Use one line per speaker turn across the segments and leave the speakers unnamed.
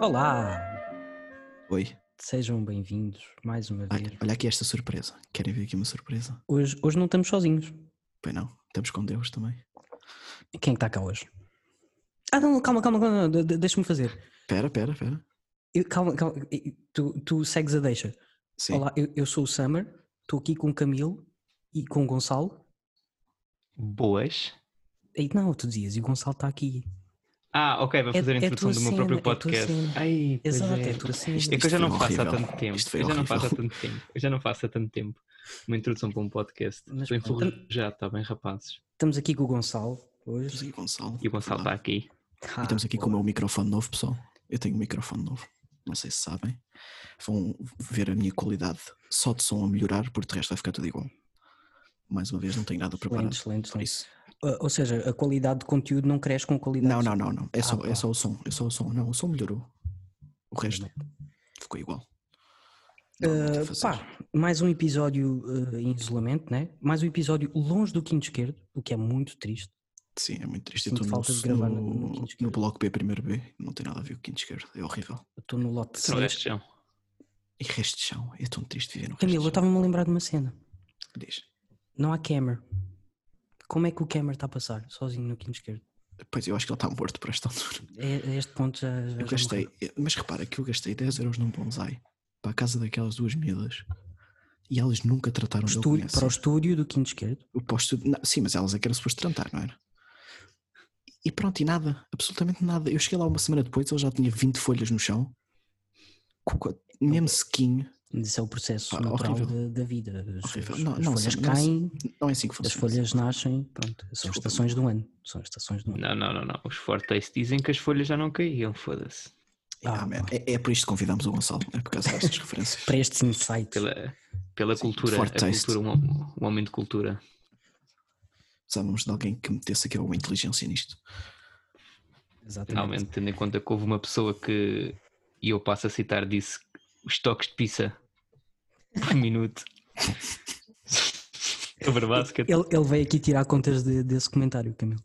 Olá,
Oi.
sejam bem-vindos mais uma vez.
Olha, olha aqui esta surpresa. Querem ver aqui uma surpresa?
Hoje, hoje não estamos sozinhos.
Pois não. Estamos com Deus também.
Quem é está cá hoje? Ah, não, calma, calma, calma, de- de- deixa-me fazer.
Pera, pera, pera.
Eu- calma, calma, e- e tu, tu segues a deixa.
Sim.
Olá, eu, eu sou o Summer, estou aqui com o Camilo e com o Gonçalo.
Boas.
E, não, tu dizias, e o Gonçalo está aqui.
Ah, ok, vai
É-
fazer
é
a
a
introdução
tua
do meu
cena, é a
próprio
tua
podcast.
cena.
Ai, pois
Exato,
é.
é tudo assim.
É que
Isto
eu já não
foi
faço há
horrível.
tanto tempo.
Isto foi
eu já não faço há
horrível.
tanto tempo. Eu já não faço há tanto tempo. Uma introdução para um podcast.
Mas
Estou
pronto.
enferrujado, está tá bem, rapazes.
Estamos aqui com o Gonçalo
Temos
hoje.
aqui o Gonçalo.
E o Gonçalo está
Olá.
aqui.
Ah,
E estamos aqui com o
boa.
meu microfone novo, pessoal. Eu tenho um microfone novo. Não sei se sabem. Vão ver a minha qualidade só de som a melhorar, porque de resto vai ficar tudo igual. Mais uma vez, não tenho nada preparado.
Excelente, excelente,
Por
excelente.
isso.
Ah, Ou seja, a qualidade de conteúdo não cresce com a qualidade.
Não, não, não, não. É
Ah,
só,
pá.
é só o som. É só o som. Não, o som melhorou. O resto ficou igual. Não, não tem a
Uh,
fazer.
pá, mais um episódio uh, em isolamento, né? Mais um episódio longe do quinto esquerdo, o que é muito triste.
Sim, é muito triste. Eu
Sinto
estou
falta de
no,
gravar no-
no,
no quinto esquerdo.
no bloco B, primeiro B, não tem nada a ver com o quinto esquerdo, é horrível.
Eu Estou no lote
Tu não
6.
deste chão.
E resto de chão, é tão triste viver no resto
Camilo, eu
tipo de chão.
estava-me a lembrar de uma cena.
Diz.
Não há Camer. Como é que o Camer está a passar sozinho no quinto esquerdo?
Pois eu acho que ele está morto por esta altura.
É- A este ponto já. já-
Eu
já
gastei,
morreu.
mas repara que eu gastei 10 euros num bonsai para a casa daquelas duas miúdas e elas nunca trataram dele
Estúdio-
bem assim.
para o estúdio do quinto esquerdo.
O posto, não, sim, mas elas é que eram suposto tratar, não era? E pronto, e nada, absolutamente nada. Eu cheguei lá uma semana depois, ele já tinha 20 folhas no chão, co- co- mesmo sequinho.
Mas Isso é o processo
Pá,
natural
Ah, horrível.
da, da vida. As,
Horrível.
as-
Não,
as
não,
folhas
sim, não,
caem,
Não é assim que
as
funciona.
folhas nascem, pronto. São
Desculpa.
estações do ano. São estações do ano.
Não, não, não, não. Os fortes dizem que as folhas já não caíam, foda-se.
Ah,
Ah, man, é, é por isto que convidamos o Gonçalo, é por causa destas referências.
Para estes insights.
é
Pela, pela cultura.
forte
A
taste.
cultura, um, um homem de cultura.
Precisávamos de alguém que metesse aqui alguma inteligência nisto.
Exatamente.
Finalmente, tendo em conta que houve uma pessoa que, e eu passo a citar, disse os toques de pizza por minuto. Sobre basquete.
Ele, ele veio aqui tirar contas de- desse comentário, Camilo.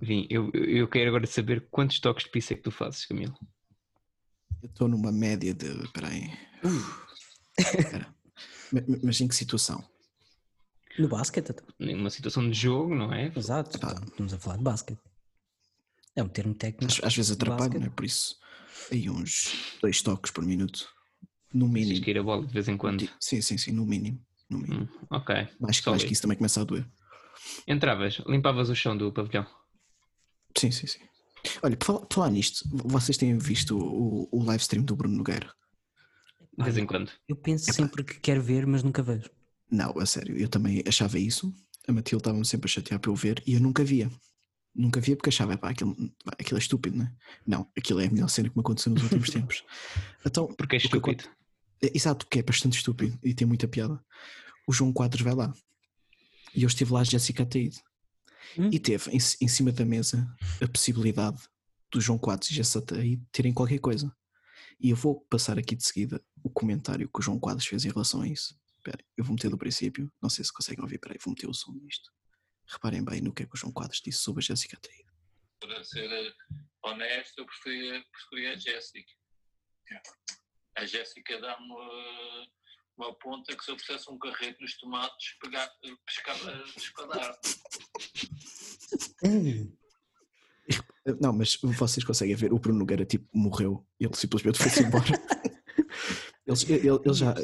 Vim, eu, eu quero agora saber quantos toques de pizza é que tu fazes, Camilo.
Eu estou numa média de. Espera aí. Espera. Ma- ma- Mas em que situação?
No basquete, então.
Numa situação de jogo, não é?
exato.
Epá.
então, Estamos a falar de basquete. É um termo técnico.
Às, às vezes atrapalho,
Basket.
não é? Por isso, aí uns dois toques por minuto, no
Tens
mínimo.
que ir a bola de vez em quando.
Sim, sim, sim, no mínimo. No mínimo.
Hum, ok.
Mais, que,
Só
mais que
isso.
isso também começa a doer.
Entravas, limpavas o chão do pavilhão.
Sim, sim, sim. Olha, por falar, por falar nisto, vocês têm visto o, o live stream do Bruno Nogueira?
De vez
Olha,
em quando.
Eu penso sempre que quero ver, mas nunca vejo.
Não, a sério, eu também achava isso. A Matilde estava-me sempre a chatear para eu ver e eu nunca via. Nunca via porque achava, pá, aquilo, pá, aquilo é estúpido, não é? Não, aquilo é a melhor cena que me aconteceu nos últimos tempos. Então,
Porque é
o que aconte-
estúpido.
é, Exato, porque é bastante estúpido e tem muita piada. O João Quadros vai lá. E eu estive lá, a Jéssica Ataíde.
Hum.
E teve em, ci- em cima da mesa a possibilidade do João Quadros e Jéssica Ataíde terem qualquer coisa. E eu vou passar aqui de seguida o comentário que o João Quadros fez em relação a isso. Espera, eu vou meter do princípio. Não sei se conseguem ouvir. Espera aí, vou meter o som disto. Reparem bem no que é que o João Quadros disse sobre a Jéssica Ataíde.
para ser eh, honesto, eu preferia, preferia a Jéssica. A Jéssica dá-me eh, uma ponta que se eu pusesse um carrete nos tomates, eh, pegava, pescava, espadar.
Eh, Não, mas vocês conseguem ver. O Bruno Nogueira, tipo, morreu. Ele simplesmente foi-se embora. ele, ele- ele já,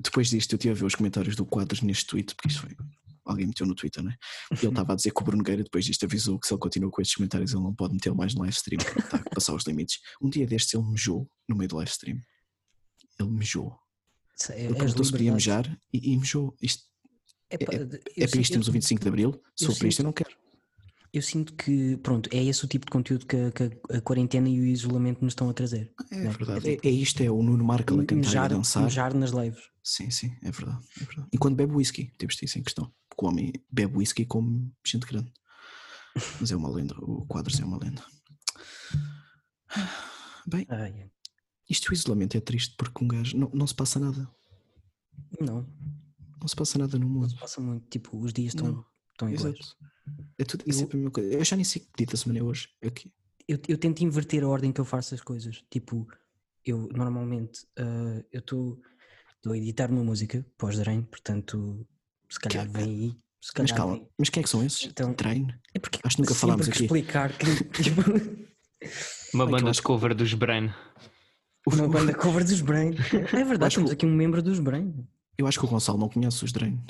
depois disto eu estive a ver os comentários do Quadros neste tweet, porque isto foi. Alguém meteu no Twitter, não é? E Ele estava a dizer que o Bruno Nogueira depois disto avisou que se ele continua com estes comentários ele não pode meter mais no live stream, porque está a passar os limites. Um dia destes ele mejou no meio do live stream. Ele mejou.
Se- é-
Ele
és
perguntou se podia
liberdade.
mejar e, e mejou. Isto,
É pá,
é
eu
para isto
sinto-
temos o 25 de Abril, se
eu
for para isto
sinto-
eu não quero.
Eu sinto que, pronto, é esse o tipo de conteúdo que, a- que a- a quarentena e o isolamento nos estão a trazer.
É
Não,
verdade. É, é isto, é o Nuno Markle a cantar e a
Mejar,
dançar.
mejar nas lives.
Sim, sim, é verdade, é verdade. Enquanto bebe whisky, temos de ter isso em questão. Porque o homem bebe whisky como gente grande. Mas é uma lenda, o Quadros é uma lenda. Bem,
Ai,
Isto o isolamento é triste porque um gajo não, não se passa nada.
Não,
Não se passa nada no
não
mundo.
se passa muito. Tipo, os dias estão,
Não.
estão iguais.
Exato. É tudo é
Eu-
sempre a mesma coisa. Eu já nem sei que dia da semana é hoje. É aqui.
eu, eu tento inverter a ordem que eu faço as coisas. Tipo, eu normalmente ah, eu estou a editar uma música pós-drain, portanto, se calhar
Calma.
vem aí. Se calhar
Mas calma,
vem-
mas quem é que são esses?
Então-
Treino?
É porque
Acho que nunca
sempre
falámos
que
aqui.
explicar que tipo,
que
Uma
eu
banda
acho
de cover dos Brain.
uma banda cover dos Brain. É verdade,
Acho que
temos
o-
aqui um membro dos Brain.
Eu acho que o Gonçalo não conhece os Drain.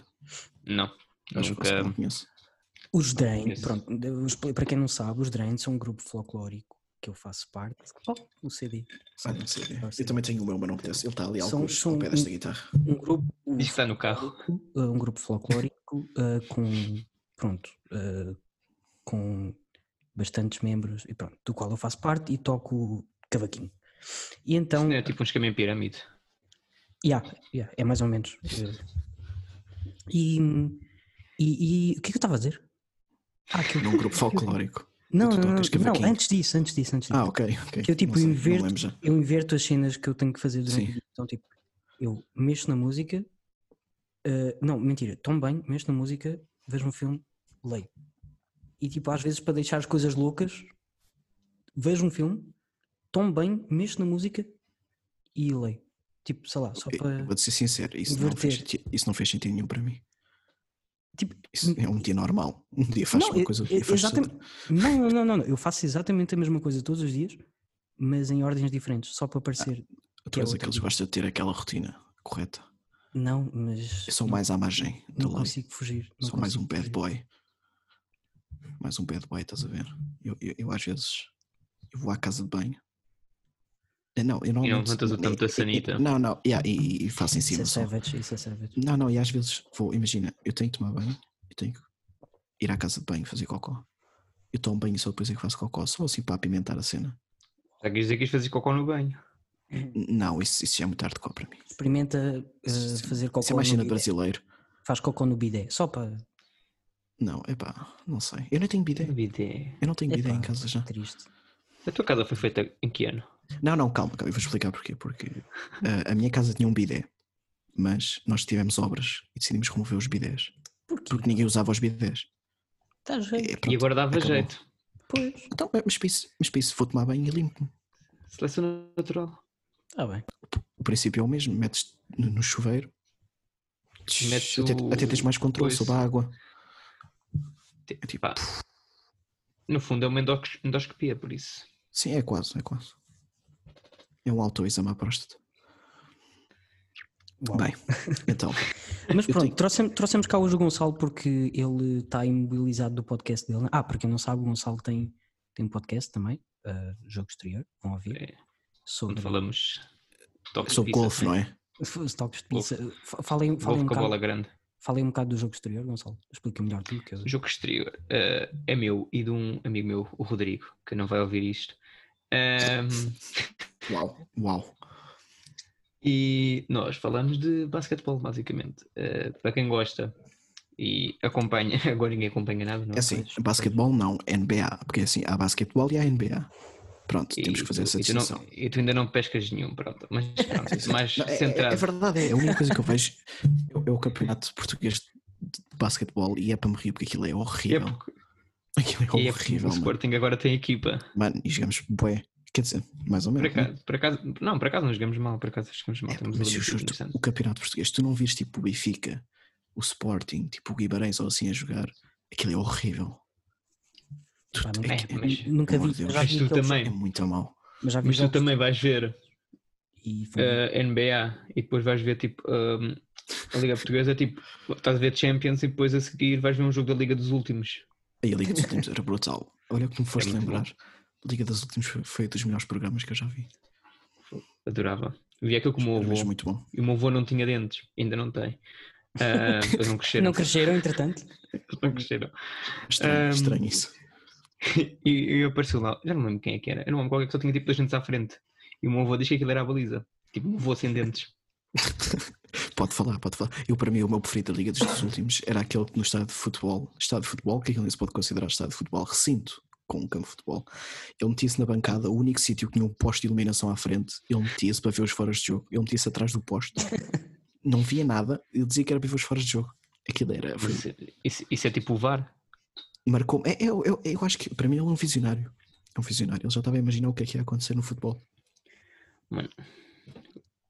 Não.
Acho que é- o Gonçalo
Nunca.
não conhece. Ah,
Os Drain,
Isso.
pronto, eu expli- para quem não sabe, os Drain são um grupo folclórico que eu faço parte. Oh, o CD.
Ah, não sei.
Ah, sim.
Eu também tenho o meu, mas não acontece. Ele está ali ao,
São-
custo, ao
são-
pé desta guitarra.
Um grupo
Isto está no carro.
folclórico, uh, um grupo folclórico uh, com pronto uh, com bastantes membros e pronto do qual eu faço parte e toco cavaquinho e então
É tipo um esquema em pirâmide.
Yeah, yeah, é mais ou menos uh, e, e, e- o que é que eu estava a dizer ah, que eu-
Num grupo folclórico.
não,
tu
não,
tocas
não,
cavaquinho.
antes disso antes disso antes disso.
Ah, ok, ok.
Que eu, tipo,
não sei, não
inverto-
lembro já.
eu inverto as cenas que eu tenho que fazer durante
Sim.
o dia. Então, tipo, eu mexo na música. ah, não, mentira, tomo bem, mexo na música, vejo um filme, leio. E, tipo, às vezes, para deixar as coisas loucas, vejo um filme, tomo bem, mexo na música e leio. Tipo, sei lá, só para.
Vou ser sincero, isso não, fez,
inverter.
senti- isso não fez sentido nenhum para mim.
Tipo,
Isso é um dia normal. Um dia faz
Não,
uma
eu-
coisa, outro
eu-
dia faz
exatamente.
outra.
Não, não, não, não, não, eu faço exatamente a mesma coisa todos os dias, mas em ordens diferentes, só
Ah.
para parecer.
Tu
que é
és
outro
aqueles que
dia.
gostam de ter aquela rotina correta.
Não, mas.
Eu sou
não-
mais à margem da
Não
lei.
consigo fugir. não
Sou mais
consigo
um bad
fugir.
boy. Mais um bad boy, estás a ver? Eu, eu, eu às vezes eu vou à casa de banho. Eh, Não, eu não.
levantas o tampo da sanita.
Não, não, yeah, e, e faço em
Isso
cima
é
só.
savage, isso é savage.
Não, não, e às vezes vou, imagina, eu tenho que tomar banho, eu tenho que ir à casa de banho fazer cocó. Eu tomo banho e só depois é que faço cocó, só assim para apimentar a cena.
Já quis dizer que isto fazia cocó no banho.
N- Não, isso, isso já é muito hardcore para mim.
Experimenta eh,
Isso- isso-
fazer
Isso
cocô
é mais
no
cena de
bidé.
brasileiro.
Faz cocô no bidé, só para
Não, é pá, não sei. Eu nem tenho bidé.
Bidé.
Eu não tenho bidé em
Epá.
casa já.
triste.
A tua casa foi feita em que ano?
Não, não, calma, calma, eu vou explicar porquê. Porque ah, a minha casa tinha um bidé, mas nós tivemos obras e decidimos remover os bidés.
Porquê?
Porque ninguém usava os bidés.
Estás jeito,
É, pronto.
e agora dava
acabou.
jeito.
pois.
Então, mas para isso, mas para isso vou tomar banho e limpo-me.
Seleção natural.
Está Tá bem.
O princípio é o mesmo, metes no, no chuveiro.
Metes
até,
o-
até tens mais controle
coisa.
sobre a água.
Te-
É tipo,
Pá. No fundo é uma endox- endoscopia, por isso.
sim, é quase, é quase. É um autoexame à próstata.
Uau.
Bem, então,
Mas
eu
pronto,
tenho-
trouxemos, trouxemos cá hoje o Gonçalo porque ele está imobilizado do podcast dele. Ah, para quem não sabe, o Gonçalo tem, tem um podcast também, eh, Jogo Exterior, vão ouvir.
É.
Sobre
Quando falamos toques
sobre golfe, não é?
stocks de pizza. Fa- Falem, falem,
Golfe
um
com a bola
bocado,
grande.
falem um bocado do Jogo Exterior, Gonçalo. Explica melhor tudo que eu.
O jogo exterior eh, é meu e de um amigo meu, o Rodrigo, que não vai ouvir isto. Ehm, Ahm,
Uau, uau.
E nós falamos de basquetebol, basicamente. Eh, para quem gosta e acompanha, agora ninguém acompanha nada, não
É assim,
Pois,
basquetebol não, NBA, porque assim, há basquetebol e há NBA. Pronto,
E
temos que fazer
tu-
essa
e tu não-
distinção.
E tu ainda não pescas nenhum, pronto. Mas pronto,
Sim, sim.
mais
Não, é- é,
centrado.
é verdade, é a única coisa que eu vejo é, é o campeonato português de basquetebol e é para me rir porque aquilo é
E é
horrível.
porque-
Aquilo é
e é porque
horrível,
o
mano.
Sporting agora tem equipa.
Mano, e jogamos bué. Quer dizer, mais ou
Por
menos. né?
acaso, por acaso, não, por acaso não jogamos mal, por acaso jogamos mal.
É,
temos
mas
ali
eu
um time
juro,
interessante.
o campeonato português, tu não vires tipo o Benfica, o Sporting, tipo o Guimarães ou assim a jogar, aquilo é horrível. Tu-
Pá,
é,
nunca,
que-
é, mas-
nunca
amor
vi.
de
mas
Deus.
já
Mas
vi
tu
aqueles-
também.
é muito mal.
Mas já vi
Mas tu
aqueles-
também vais ver
E
Uhum.
foi
eh, NBA e depois vais ver tipo ehm, a Liga Portuguesa, tipo, estás a ver Champions e depois a seguir vais ver um jogo da Liga dos Últimos.
Aí a Liga dos Últimos era brutal. Olha o que me foste
É muito
lembrar. A Liga dos Últimos foi, foi dos melhores programas que eu já vi.
Adorava. Vi aquilo que o meu
Era
avô
mesmo muito bom.
E o meu avô não tinha dentes, ainda não tem. Ah, eles não cresceram.
Não cresceram, entretanto.
eles não cresceram.
Estranho,
Ahm.
estranho isso.
E, e apareceu lá, já não lembro quem é que era, era um homem qualquer que só tinha tipo dois dentes à frente. E o meu avô diz que aquilo era a baliza. Tipo, um avô sem dentes.
Pode falar, pode falar. Eu, para mim, o meu preferido da Liga é dos Últimos era aquele que no estádio de futebol, estádio de futebol, que aquilo nem se pode considerar estádio de futebol, recinto, com um campo de futebol. Ele metia-se na bancada, o único sítio que tinha um poste de iluminação à frente, ele metia-se para ver os foras de jogo, ele metia-se atrás do poste, não via nada, ele dizia que era para ver os foras de jogo. Aquilo era. foi-
Isso, isso- isso é tipo o VAR?
marcou é, eu, eu, eu acho que para mim ele é um visionário. É um visionário. Ele já estava a imaginar o que é que ia acontecer no futebol.
Ainda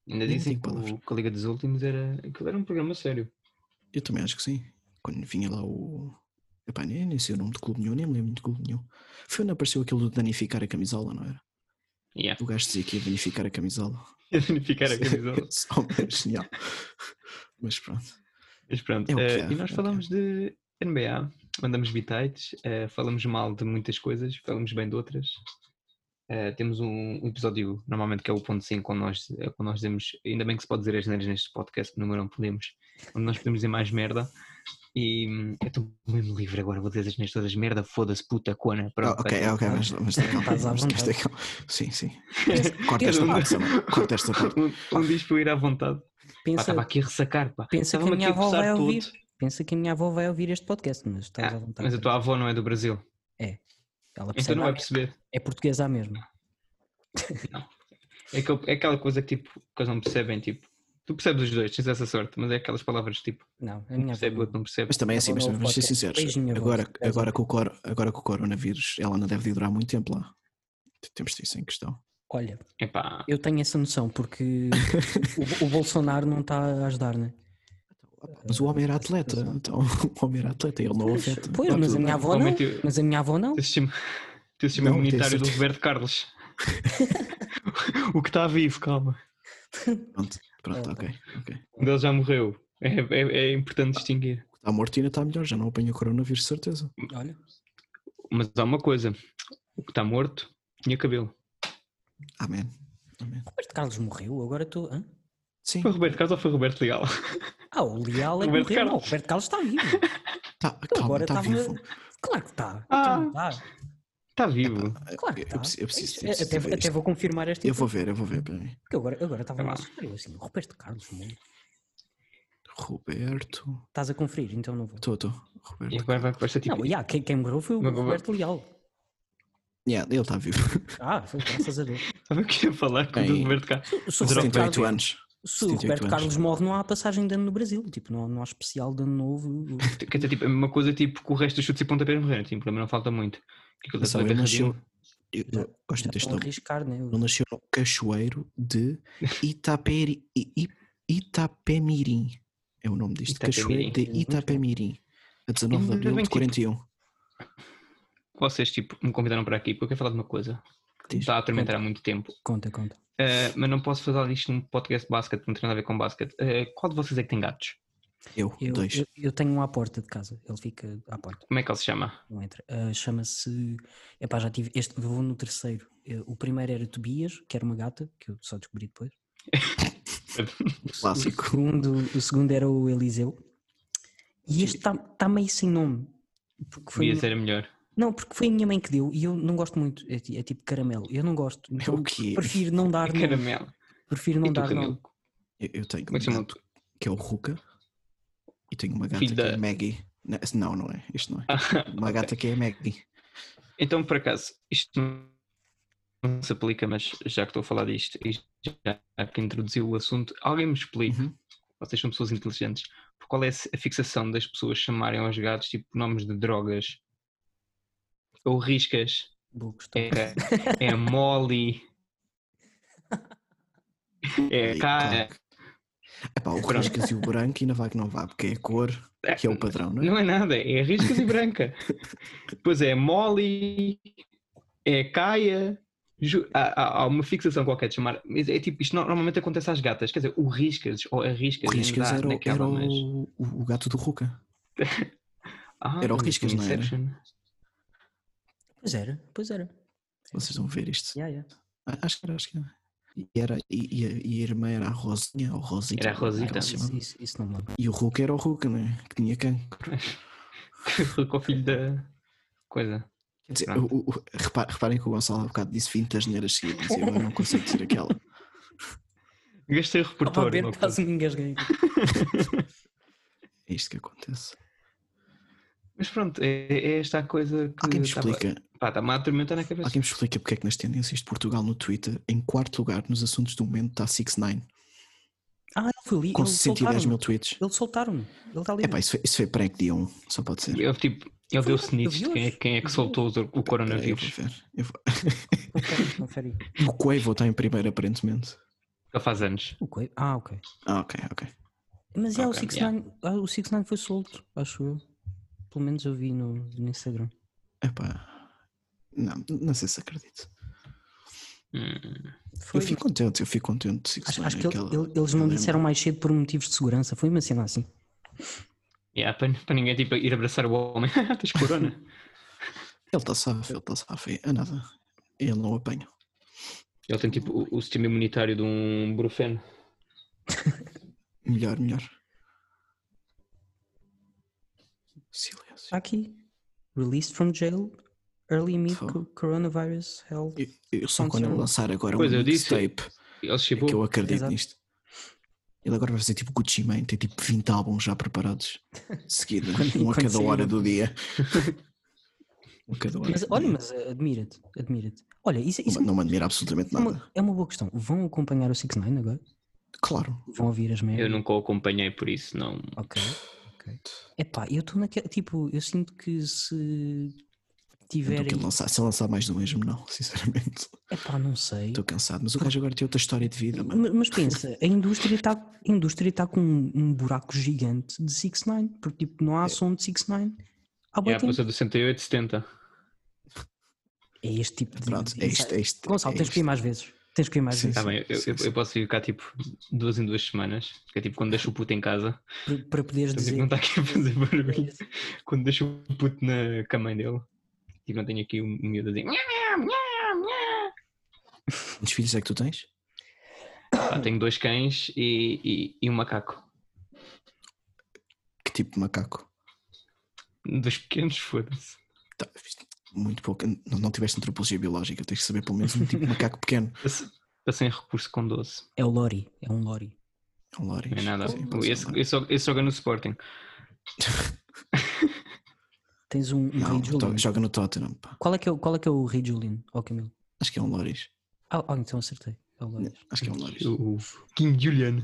Nem
dizem
digo
que, o,
palavras.
que a Liga dos Últimos era, aquilo era um programa sério.
Eu também acho que sim. Quando vinha lá o. Epá, nem, nem sei o nome de clube nenhum, nem me lembro de clube nenhum. Foi onde apareceu aquilo de danificar a camisola, não era?
Yeah.
O gajo dizia que ia danificar a camisola.
Ficar a camisola.
Só mas, genial. Mas pronto.
Mas pronto,
É o que
eh,
há,
e
é o
nós
que
falamos de NBA, mandamos bitites, eh, falamos mal de muitas coisas, falamos bem de outras. Eh, temos um, um episódio, normalmente, que é o ponto 5, onde nós, eh, quando nós dizemos, ainda bem que se pode dizer as neiras neste podcast, que número não podemos, onde nós podemos dizer mais merda. E hum, eu estou mesmo livre agora, vou dizer as neiras todas, merda, foda-se, puta, cona,
Ah,
pronto.
ok,
tá.
ok, mas, mas está calmo.
Estás à
Mas
vontade.
está calmo. Sim, sim. Corta esta
Cada um-
parte, Samuel. Corta esta parte.
Um, um diz para eu ir à vontade. Pá,
Pensa,
estava aqui a ressacar, pá.
pensa que a
Estava-me
minha
aqui
avó
coçar
vai
todo.
ouvir. Pensa que a minha avó vai ouvir este podcast, mas estás
Ah,
à vontade.
Mas a tua avó não é do Brasil,
Ela
então
percebe
não
à mesma.
vai perceber.
É portuguesa à mesma.
É, aquele- é aquela coisa que tipo, que eles não percebem, tipo. Tu percebes os dois, tens essa sorte, mas é aquelas palavras tipo,
Não, a
um
minha avó
percebe, o
não.
outro não percebe.
Mas também é assim, mas
Agora
também
o
vamos ser
podcast.
sinceros.
Beijinho, avó.
Agora, agora, com o cor, agora com o coronavírus, ela não deve de durar muito tempo lá. Temos disso em questão.
Olha,
Epá,
eu tenho essa noção porque o, o Bolsonaro não está a ajudar, né?
Mas o homem era atleta, então o homem era atleta, ele não o afeta.
é. Pois,
Tá
mas a
tudo
minha
bem.
avó não.
Realmente eu-
Mas a minha avó não.
teu sistema, teu sistema
Não, tenho
imunitário do
certeza.
Roberto Carlos. o que está vivo, calma.
Pronto, pronto,
É.
ok. ok.
Um deles já morreu. É, é- é importante distinguir.
O que Está morto ainda está melhor, já não apanha coronavírus, de certeza.
Olha,
Mas há uma coisa: o que está morto tinha cabelo.
Amém. Amém.
Roberto Carlos morreu, agora tu. hã?
Sim,
Foi Roberto Carlos ou foi Roberto Leal?
Ah, o Leal é que
Roberto
morreu. Não, o
Carlos.
Roberto Carlos está vivo.
tá, calma,
Então agora
está
estava-
vivo.
Claro que está.
Ah.
Tá.
Está vivo.
Claro que
Eu
está.
preciso- eu preciso- eu preciso
Até,
ver
até
isto.
vou confirmar esta
Eu vou ver, eu vou ver, peraí.
Porque agora agora estava
Vá
a
lá.
assustar. Eu assim, Roberto Carlos morreu.
Roberto.
Estás a conferir, então não vou.
Estou, estou.
E
Roberto.
agora vai parecer tipo.
Não, yeah, quem, quem morreu foi o
Mas- mas-
Roberto Leal.
Yeah, ele está vivo.
Ah, foi graças a Deus.
Sabe o que eu ia falar com o do
Tem-
Roberto Carlos?
Se o
Mas era
Roberto
78
Carlos,
anos.
se o
78
Roberto
anos.
Carlos morre, não há passagem de ano no Brasil. Tipo, não, há- não há especial de ano novo.
Quer dizer, tipo, é a mesma coisa tipo, com o resto dos chutes e pontapés morreram. Tipo, também não falta muito. Que aquilo
Atenção,
foi
ele
um
agarradinho.
nasceu. Eu, eu gosto
Já
muito deste
estão a
nome.
arriscar, né?
Ele nasceu no Cachoeiro de Itaperi, I- I- Itapemirim. É o nome disto. Cachoeiro de
Itapemirim.
Itapemirim. A 19 de
Ainda
abril
bem
de
tipo,
que-
41.
vocês tipo, me convidaram para aqui porque eu quero falar de uma coisa que me
Diz.
está a atormentar há muito tempo.
Conta, conta.
Eh, mas não posso falar disto num podcast de basquete, não tem nada a ver com basquete. Eh, qual de vocês é que tem gatos?
Eu,
Eu,
dois.
eu, eu tenho um à porta de casa. Ele fica à porta,
Como é que ele se chama?
não entra. Ah, Chama-se. Epá, já tive. Este vou no terceiro. Eh, o primeiro era Tobias, que era uma gata, que eu só descobri depois.
Clássico.
O segundo, o segundo era o Eliseu. E este está tá meio sem nome. Porque foi um-
Podia
uma-
ser melhor.
Não, porque foi a minha mãe que deu e eu não gosto muito. É, ti- é tipo caramelo. Eu não gosto.
É o
Então
quê? É
prefiro não dar nome.
Caramelo.
Prefiro
E
não
tu,
dar
Camilo?
nome.
Eu, eu tenho
Como é que se
um
chama? o
gato
teu-
que é o Ruka. E tenho uma gata
Filho
que é
da- Ah,
Maggie. Não, esse- Não, não é. Isto não é. Uma gata que é Maggie.
Então, por acaso, isto não não se aplica, mas já que estou a falar disto e já que introduziu o assunto, alguém me explica.
Uhum.
Vocês são pessoas inteligentes. Qual é a fixação das pessoas chamarem aos gatos tipo nomes de drogas? Ou riscas?
Boa, gostou.
É, é mole. É
E,
cara.
claro que- Epá, o
Pronto.
Riscas e o branco e na vaga não vá, porque é a cor que é o padrão, não é?
Não é nada, é riscas e branca. Depois é mole, é caia. Ju- Há, há- há uma fixação qualquer de chamar. Mas é tipo, isto no- normalmente acontece às gatas. Quer dizer, o riscas ou a riscas.
O Riscas
ainda dá
era, o-
naquela,
era
mas-
o, o gato do Ruka.
Ah,
era o
mas
riscas,
no
não era?
Inception-
Pois era, pois era.
Vocês vão ver isto.
Yeah, yeah.
Ah, Acho que era, acho que era. E, era, e, e a, e a irmã era a Rosinha, ou Rosita.
Era a
ou como é que
Rosita.
ela se
Isso,
chamava.
isso, isso não me lembro.
E o Hulk era o Hulk, né? que tinha cancro.
Foi com o filho da coisa.
Quer dizer,
Pronto.
o- o- repa- reparem que o Gonçalo há bocado disse 20 asneiras seguidas e eu não consigo dizer aquela.
Estava
Gastei o
a
repertório.
ver,
uma coisa.
quase me engasguei.
É isto que acontece.
Mas pronto, é, é esta a coisa que.
Eh,
Alguém me
tá
estava-
explica,
Pá, está-me a atormentar na cabeça.
alguém me explica porque é que nas tendências de Portugal no Twitter, em quarto lugar nos assuntos do momento, está 6ix9ine,
Ah, ele foi ali.
com
Eles
110
soltaram.
mil tweets.
Eles soltaram. Ele está ali.
Epá, isso foi, isso foi prank dia 1, só pode ser.
Ele, tipo,
Foi
ele deu-se
lá, eu
nisso
vi
de quem é,
hoje,
quem é que
eu vi
soltou o, o
Peraí, eu vou
coronavírus.
ver. Eu vou-
Confere, confere. aí.
O Quavo está em primeiro, aparentemente.
Ele faz anos.
Ok. Ah, ok.
Ah, ok, ok.
Mas já o
Ok,
6 o 6 foi solto, acho eu. Pelo menos eu vi no, no Instagram.
Epá. Não, não sei se acredito.
Hum.
Foi, tipo,
eu fico contente, eu fico contente. de 6ix9ine,
acho, acho que ele-
aquela-
ele- eles
eu
não
lembro.
disseram mais cedo por motivos de segurança. Foi uma cena assim.
Yeah, para, para ninguém tipo, ir abraçar o homem. Tens corona.
Ele está safo, ele está safo. É nada. Ele não apanha.
Ele tem tipo o, o sistema imunitário de um brufeno.
Melhor, melhor. Silêncio.
Aqui. Released from jail. Early mid
Fogo.
co- coronavirus held.
Eu, eu só
Não
quando ele
sei.
lançar agora
Pois,
um
eu disse- tipo,
mixtape
Ele
é que eu
chegou.
acredito
Exato.
nisto. Ele agora vai fazer tipo Gucci Mane, tem tipo 20 álbuns já preparados. De seguida,
Quando-
um a
quando
cada
sair
hora
um.
do dia. um a cada hora.
Mas
do
olha,
dia.
mas eh, admira-te. Admira-te. Olha, isso,
Não,
isso é
me- não me admira absolutamente
É
nada.
uma, é uma boa questão. Vão acompanhar o 6 9 agora?
Claro.
Vão ouvir as merdas?
Eu nunca o acompanhei, por isso não.
Ok. ok.
Então,
Epá, eu estou naquela. Tipo, eu sinto que se
Então, que
tiverem.
ele lançar, se ele lançar mais do mesmo, não, sinceramente.
Epá, não sei.
Estou cansado. Mas o gajo agora tem outra história de vida, mano.
Mas, mas pensa, a indústria está a indústria tá com um, um buraco gigante de 6 9 porque tipo, não há
É.
som de 6 9 há
É
bué
a
tempo.
coisa do 68, 70.
É este tipo de.
Pronto,
de
é isto, é isto.
Gonçalo,
é
tens que ir
isto.
mais vezes. Tens que ir mais
Sim,
vezes
Tá bem, eu, eu-
sim, sim.
eu posso ficar tipo duas em duas semanas. Que é tipo quando deixo o puto em casa.
para, para poderes dizer.
Então, tipo, não está aqui a fazer barulho. Quando deixo o puto na com a mãe dele. E não tenho aqui o miúdo assim, a dizer. "Nha, nha, nha, nha".
Quantos filhos é que tu tens?
Pá, tenho dois cães e, e- e um macaco.
Que tipo de macaco?
Dois pequenos, foda-se.
Tá, isto, muito pouco. Não, não tiveste antropologia biológica, tens que saber pelo menos um tipo de macaco pequeno.
Passei- Passei em recurso com 12.
É o Lori, é um Lori.
Um lóris.
Não é nada.
Sim, pode ser um
Esse,
lóris.
esse, joga- esse joga no Sporting.
Tens um, um
Não, então,
Rei Julian.
to- joga no Tottenham, pá.
Qual é, que é, o- qual é que é o Rei Julian? Ó Camilo.
Acho que é um lóris.
Ah, ah, então acertei. É o Lori.
Acho que é um lóris.
O King Juliano.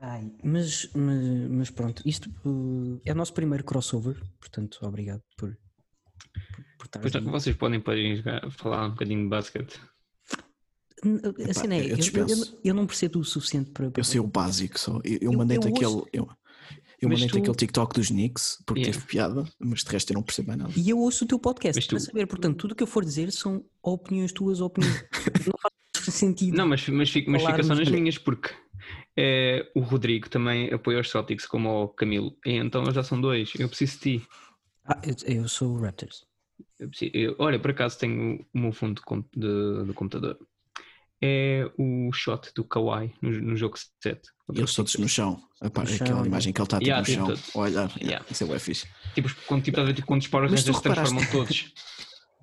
Ai, mas, mas, mas pronto, isto uh, é o nosso primeiro crossover, portanto, obrigado por, por, por estares
Pois,
aí.
tá, vocês podem, podem jogar- falar um bocadinho de basquete.
N- A
Epá,
cena é,
eu
eu, eu,
dispenso.
não- eu não percebo o suficiente para.
Eu sei o básico só. Eu, eu
Eu-
mandei-te
eu
aquele.
ouço-
Eu, eu
Mas
mandei-te
tu-
aquele TikTok dos Knicks porque
Yeah.
teve piada, mas de resto eu não percebo mais nada.
E eu ouço o teu podcast
Mas tu-
para saber, portanto, tudo o que eu for dizer são opiniões tuas, opiniões. não faz sentido.
Não, mas, mas, fica, mas fica só nas
Falarmos-
minhas, porque eh, o Rodrigo também apoia os Celtics como o Camilo. E Então já são dois. Eu preciso de ti.
Ah, eu, eu sou o Raptors.
Eu preciso- eu- olha, por acaso tenho o meu fundo de, com- de- do computador. É o shot do Kawhi no, no jogo 7.
Eles todos no chão. Epá,
No chão,
aquela
yeah.
imagem que ele está tipo,
Yeah,
no
tipo
chão,
todos.
a olhar. yeah,
Yeah.
Isso é bué fixe.
Tipo, quando, tipo, estás a ver, tipo, quando os Power
Mas tu
Rangers se transformam todos.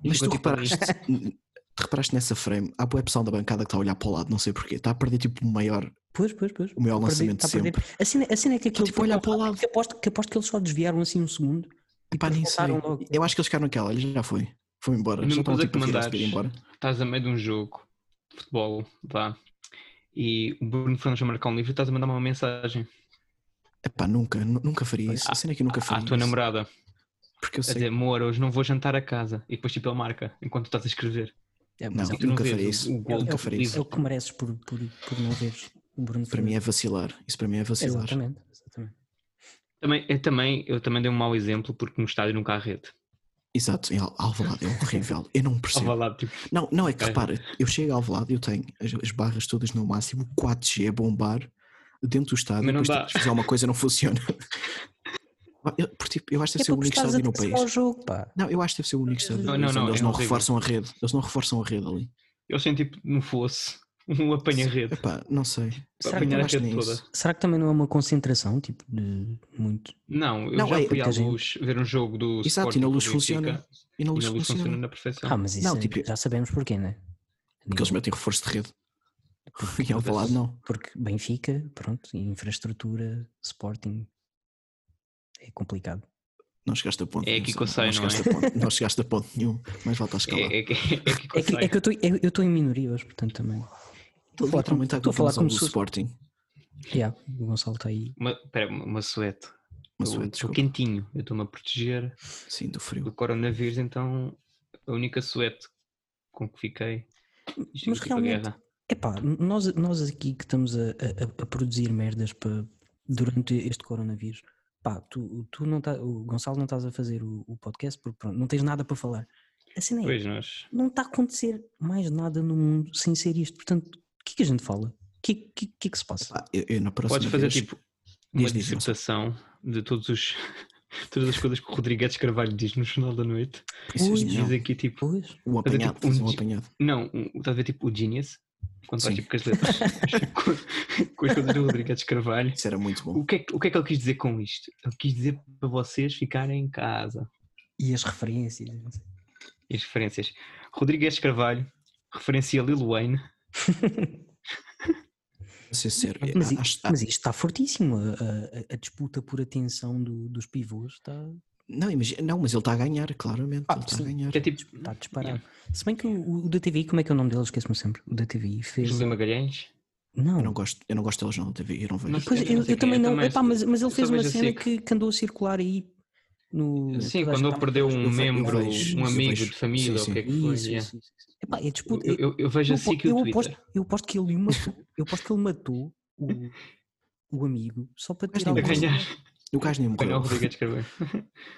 E
Mas
ficou
tu
tipo ali.
reparaste, n- te reparaste nessa frame, há boa pessoal da bancada que está a olhar para o lado, não sei porquê, está a perder tipo o maior,
Pois, pois, pois.
o maior
Perdi-
lançamento
tá
de sempre.
A cena, a cena é que aquilo
tipo a olhar para o lado.
Que aposto, que aposto que eles só desviaram assim um segundo.
Epá,
depois
nem sei.
voltaram logo.
Eu acho que eles ficaram naquela, ele já foi. Foi embora.
A
Já
mesma
estão
coisa
tipo
que
a virar-se para ir
mandares.
embora.
estás a meio de um jogo de futebol, vá, e o Bruno Fernandes a marcar um livro, estás a mandar uma mensagem
Epá, nunca, nu- nunca faria isso.
À-
A cena é que eu nunca
à
faria
tua
isso.
namorada
Porque eu
a
sei.
dizer, amor, hoje não vou jantar a casa. E depois tipo ele marca enquanto tu estás a escrever.
É,
Não,
mas é-
tu não
nunca
vês
faria
o-
isso.
o gol
nunca
que
faria
É
isso.
o que mereces por, por, por não veres o Bruno
Para mim é vacilar. Isso para mim é
Fernandes.
vacilar.
Exatamente, exatamente.
Também, eu, também, eu também dei um mau exemplo porque no estádio nunca há rede.
Exato. Em Al- Alvalade é horrível. Eu não
Estava
percebo.
lá, tipo,
Não, não é que
É.
repara. Eu chego a Alvalade, eu tenho as, as barras todas no máximo, 4G a bombar dentro do estádio.
Mas não
Depois
dá.
tentas fazer alguma coisa não funciona. Eu, porque, tipo, eu acho
É
que deve ser
para
o único
prestares
estádio no
atenção ao
país.
jogo, pá.
Não, eu acho que deve ser o único estádio.
Não,
do
não,
país
não,
onde
é
Eles não
horrível.
reforçam a rede. Eles não reforçam a rede ali.
eles têm tipo, não fosse um apanha rede.
Epá, não sei.
Será
Para
que
apanhar
não
a
acho
rede
nem
toda.
isso.
Será que também não é uma concentração, tipo, de muito?
Não, eu
Não,
já
é-
fui à
muita gente.
luz ver um jogo do
Exato,
Sporting
e na luz
com o Benfica,
funciona. E não
E
lhes
na luz funciona
funciona.
na perfeição.
Ah, mas isso
Não,
é-
tipo-
já sabemos porquê, né?
Porque eles metem reforço de rede. E Alvalade não.
Porque Benfica, pronto, e infraestrutura, Sporting. é complicado.
Não chegaste a ponto.
É aqui que eu sei,
não
não é?
chegaste a ponto, não chegaste a ponto nenhum, mas volta a escalar.
É, é que, é que
É que, é
consegue.
que eu estou- eu eu estou em minoria hoje, portanto também.
Estou
falar como-
literalmente a
estou a falar
conclusão
como
do
se-
Sporting.
Yeah, o Gonçalo está aí.
Uma, pera, uma sueto.
Mas
Eu
eu,
Estou
desculpa.
quentinho, eu estou-me a proteger
Sim, do frio.
do coronavírus, então a única sueto com que fiquei. Isto
Mas
aqui para a
realmente-
guerra.
Epá, nós, nós aqui que estamos a, a- a produzir merdas para, durante este coronavírus, pá, tu, tu não tá, o Gonçalo não estás a fazer o, o podcast porque pronto, não tens nada para falar. Assim é,
Pois nós.
não está a acontecer mais nada no mundo sem ser isto. Portanto, o que é que a gente fala? O que, que, que é que se passa?
Ah, eu, eu na próxima
Podes fazer
vez-
tipo uma
Diz, diz, Gonçalo.
dissertação de todos os. Todas as coisas que o Rodrigues Carvalho diz no Jornal da Noite.
Isso é
Ui.
genial.
Diz aqui tipo.
Pois,
O
fazer
apanhado,
tipo um
fazer um
di-
apanhado.
Não, um- estás a ver tipo o Genius? Quando faz
Sim.
tipo com as letras. com, com as coisas do Rodrigues Carvalho.
Isso era muito bom.
O que, é, que- o que é que ele quis dizer com isto? Ele quis dizer para vocês ficarem em casa.
e as referências? e não sei.
E as referências. Rodrigues Carvalho referencia Lil Wayne.
Para ser sério, Ah,
Mas, i-
acho-
mas isto Ah, está fortíssimo. A, a- a disputa por atenção do- dos pivôs está,
não, imagina, não, mas ele está a ganhar, claramente.
Ah,
ele está a
sim.
ganhar.
Que é tipo.
está disparado. Se bem que o, o da TVI, como é que é o nome dele? Esqueço-me sempre. O da TVI fez.
José Magalhães.
Eu
Não,
não gosto, eu não gosto dele jornal da TV, eu não vejo.
Não
Pois,
Eu
eu,
sei
eu
quem
também
é,
não.
também
Epá,
sou-
mas, mas
eu
ele
só
fez uma
vejo a
cena
seco.
que, que andou a circular aí no.
Sim,
toda a
quando
gente tá
ele perdeu
eu
um
vejo- eu
membro,
vejo-
um
eu
amigo
vejo.
de família,
Sim,
ou o que é
Isso,
que foi.
isso,
yeah.
isso, isso. Epá, é disputa.
Eu, eu- eu vejo
eu
assim
apo-
que o
eu
Twitter.
aposto, eu aposto que ele o matou. Eu aposto que ele matou o, o amigo só para
Mas
tirar
não
o
A
aposto.
gosto.
ganhar,
O gajo nem morreu.
apanhar o
O gajo
Rodrigues Carvalho.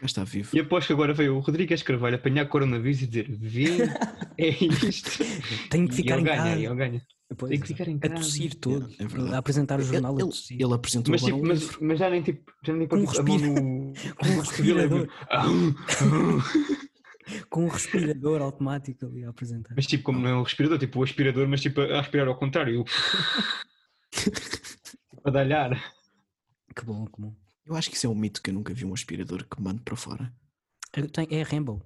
está vivo.
E aposto que agora veio o Rodrigues Carvalho apanhar coronavírus e dizer: Vim, é isto.
Tem que
E
ficar
ele
em
ganha,
casa.
ele ganha.
Pois,
Tem que ficar em
a
casa.
tossir todo.
É verdade.
a apresentar o jornal a
ele,
tossir.
ele apresentou
Mas,
agora
tipo,
um
mas,
livro.
mas já nem tipo, já nem
Com
põe tipo, a mão
respira- com
no, no cotovelo, é
respirador.
tipo, "Ah, ah".
Com um respirador automático ali a apresentar.
Mas tipo, como não é um respirador, tipo o aspirador, mas tipo a respirar ao contrário. eu- a dalhar.
Que bom, que bom.
Eu acho que isso é um mito que eu nunca vi um aspirador que mando para fora.
Eu tenho- é Rainbow.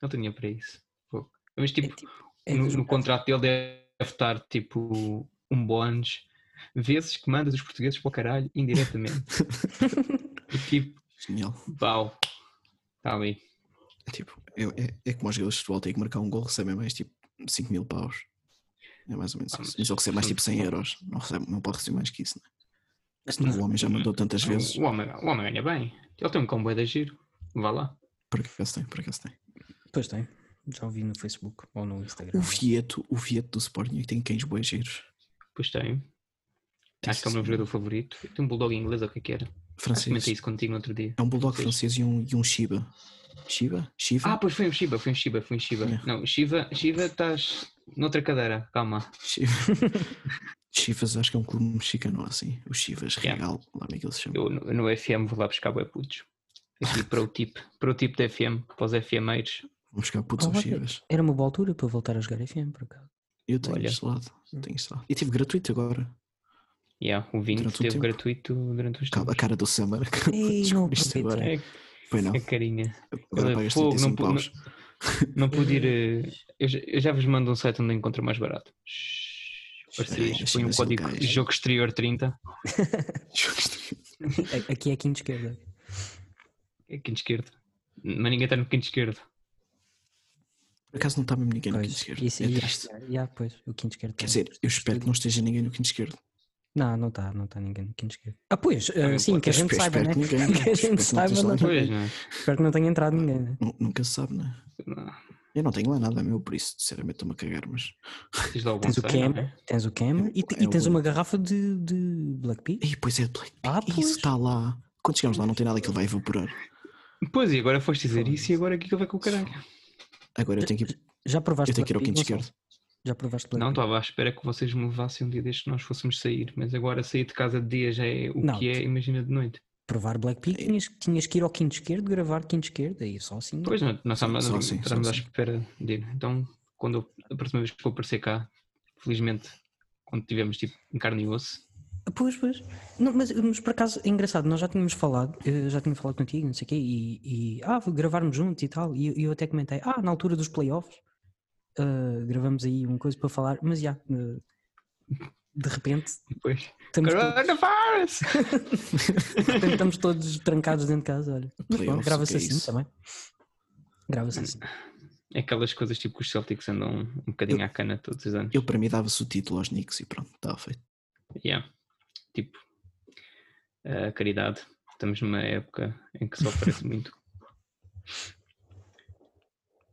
Não tinha para isso. Pô. Mas tipo,
é tipo, é
no,
dos
no
melhores.
contrato dele deve estar tipo um bónus vezes que mandas os portugueses para o caralho indiretamente. e tipo,
Genial.
pau. Está ali.
É tipo, eu- é, é como os jogadores de futebol têm que marcar um gol, recebem mais tipo 5 mil paus. É mais ou menos isso.
Ah, mas-
Mas ele recebe mais tipo 100 euros. Não, recebe, não pode receber mais que isso, né? Senão o homem já mandou tantas vezes.
O homem, o homem ganha bem. Ele tem um comboio de giro. Vá lá.
Por acaso tem, por acaso tem.
Pois tem. Já ouvi no Facebook ou no Instagram.
O Vieto, o Vieto do Sporting tem cães boas giros.
Pois tem.
Tem
Acho que é o meu
sim.
jogador favorito. Tem um bulldog inglês ou o que é que era. Acho que Comentei
Francês.
isso contigo no outro dia.
É um bulldog
Francês.
francês e um, e um Shiba. Shiba? Shiva?
Ah, pois foi um Shiba, foi um Shiba, foi um Shiba.
Yeah.
Não, Shiba, Shiba estás noutra cadeira, calma.
Shiva. Chivas, acho que é um clube mexicano assim. O Chivas
Yeah.
Real, lá como é que ele se chama.
Eu no, no FM vou lá buscar bué putos. Aqui para o tipo, para o tipo de FM, para os FMeiros.
Vamos buscar putos
Ah,
aos
ok.
Chivas.
Era uma boa altura para eu voltar a jogar FM, por acaso.
Eu tenho
Olha.
instalado. Tenho instalado. E tive gratuito agora.
Yeah, o 20
Durante o
teve
tempo.
gratuito durante os
Ca- A
tempos.
cara do Summer.
Ei, não
Descobri isto agora.
aproveitei.
É,
Foi não.
a carinha.
Agora
Olha,
pagas
fogo,
35
não-
paus.
Não pude ir.
Hum.
eh, Eu já, eu já vos mando um site onde encontro mais barato.
Ai,
Vocês põem
deixa-me
um
ver se
código
ele cai.
jogo exterior 30.
Justo.
A- Aqui é quinta esquerda.
É quinto esquerdo. Mas ninguém está no quinto esquerdo.
Por acaso não está mesmo ninguém no
Pois,
quinto esquerdo.
Isso,
É
e-
triste.
já- um já, pois, o quinto esquerdo.
Quer
tem.
dizer, eu espero que não esteja ninguém no quinto esquerdo.
Não, não está, não está ninguém no quinto esquerdo. Ah, pois, eh,
Também
sim,
pode
que a
ter
gente
espe-
saiba,
espero
né?
que ninguém,
Que a
espero que não
gente saiba,
esteja lá
não-
ninguém.
Pois, não é?
espero que não tenha entrado ninguém, né?
Nu- Nunca se sabe, né?
Não,
Eu não tenho lá nada meu, por isso, sinceramente, estou-me a cagar, mas.
Diz lá o
Tens o
Gonçalo, não é?
Cam, tens o Cam e, te-
É
e tens
o-
uma garrafa de, de Black Peak.
Ei, pois é, Blake.
Ah, pois.
Isso está lá. Quando chegarmos lá, não tem nada que ele vai evaporar.
Pois, e agora foste dizer isso e agora aquilo vai com o caralho.
Agora eu tenho que ir,
Já provaste
eu tenho que ir ao
Black
quinto
Peak, Gonçalo?
esquerdo.
Já provaste Black
Não,
Peak?
estava à espera que vocês me levassem um dia deste que nós fôssemos sair, mas agora sair de casa de dia já é o
Não,
que é, imagina de noite.
Provar Black Peak,
É.
tinhas, tinhas que ir ao quinto esquerdo, gravar quinto esquerdo, e só assim.
Pois não, nós estávamos
Só
nós
assim, só
estávamos à
assim.
espera de ir. Então, quando eu- a próxima vez que for aparecer cá, felizmente, quando tivermos tipo em carne e osso,
Pois, pois. Não, mas, mas por acaso é engraçado, nós já tínhamos falado, eh, já tinha falado contigo, não sei o quê, e, e, ah, gravarmos juntos e tal, e eu- eu até comentei, ah, na altura um dos playoffs, ah, gravamos aí uma coisa para falar, mas já, eh, de repente,
Depois,
estamos, todos,
coronavirus!
de repente estamos todos trancados dentro de casa. Olha, Mas pronto,
Playoffs,
grava-se
o que é
assim
isso?
também. Grava-se assim.
É Aquelas coisas tipo que os Celtics andam um bocadinho à cana todos os anos.
Eu para mim dava-se o título aos Knicks e pronto, estava feito.
Yeah. Tipo, a caridade. Estamos numa época em que se oferece muito.